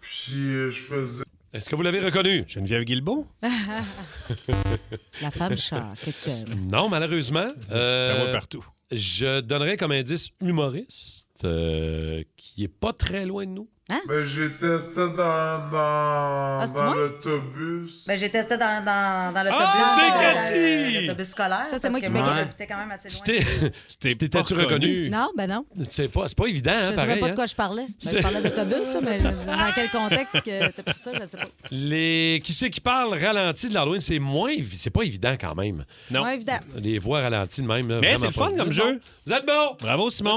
I: Puis euh, je faisais.
D: Est-ce que vous l'avez reconnu?
C: Geneviève Guilbeault?
B: La femme chat que tu aimes.
D: Non, malheureusement.
C: Ça va
D: partout. Je donnerais comme indice humoriste euh, qui est pas très loin de nous.
I: Ben, j'ai testé dans, dans,
B: Ah, c'est
I: dans
B: moi?
I: l'autobus.
B: Ben, j'ai testé dans, dans, dans l'autobus.
I: Ah, c'est
B: euh,
I: Cathy!
B: L'autobus
A: Ah,
B: scolaire. Ça, c'est moi qui
D: m'étais-
B: J'étais quand même assez
D: Tu t'es- tu t'es-tu reconnu?
B: Non, ben non.
A: Ah,
D: C'est pas, c'est pas évident, hein,
B: je ne
D: pareil.
B: savais pas de
D: hein?
B: quoi je parlais. Ben,
D: C'est-
B: je parlais d'autobus, là,
A: <laughs>
B: mais dans quel contexte que t'as pris ça, je ne sais pas.
D: Les... Qui c'est qui parle ralenti de l'Halloween? C'est moins... évi- C'est pas évident quand même.
B: Moins évident.
D: Les voix ralenties de même. là,
C: Mais
D: vraiment
C: c'est le
D: pas
C: fun
D: évident.
C: comme jeu.
D: Vous êtes bon.
C: Bravo, Simon.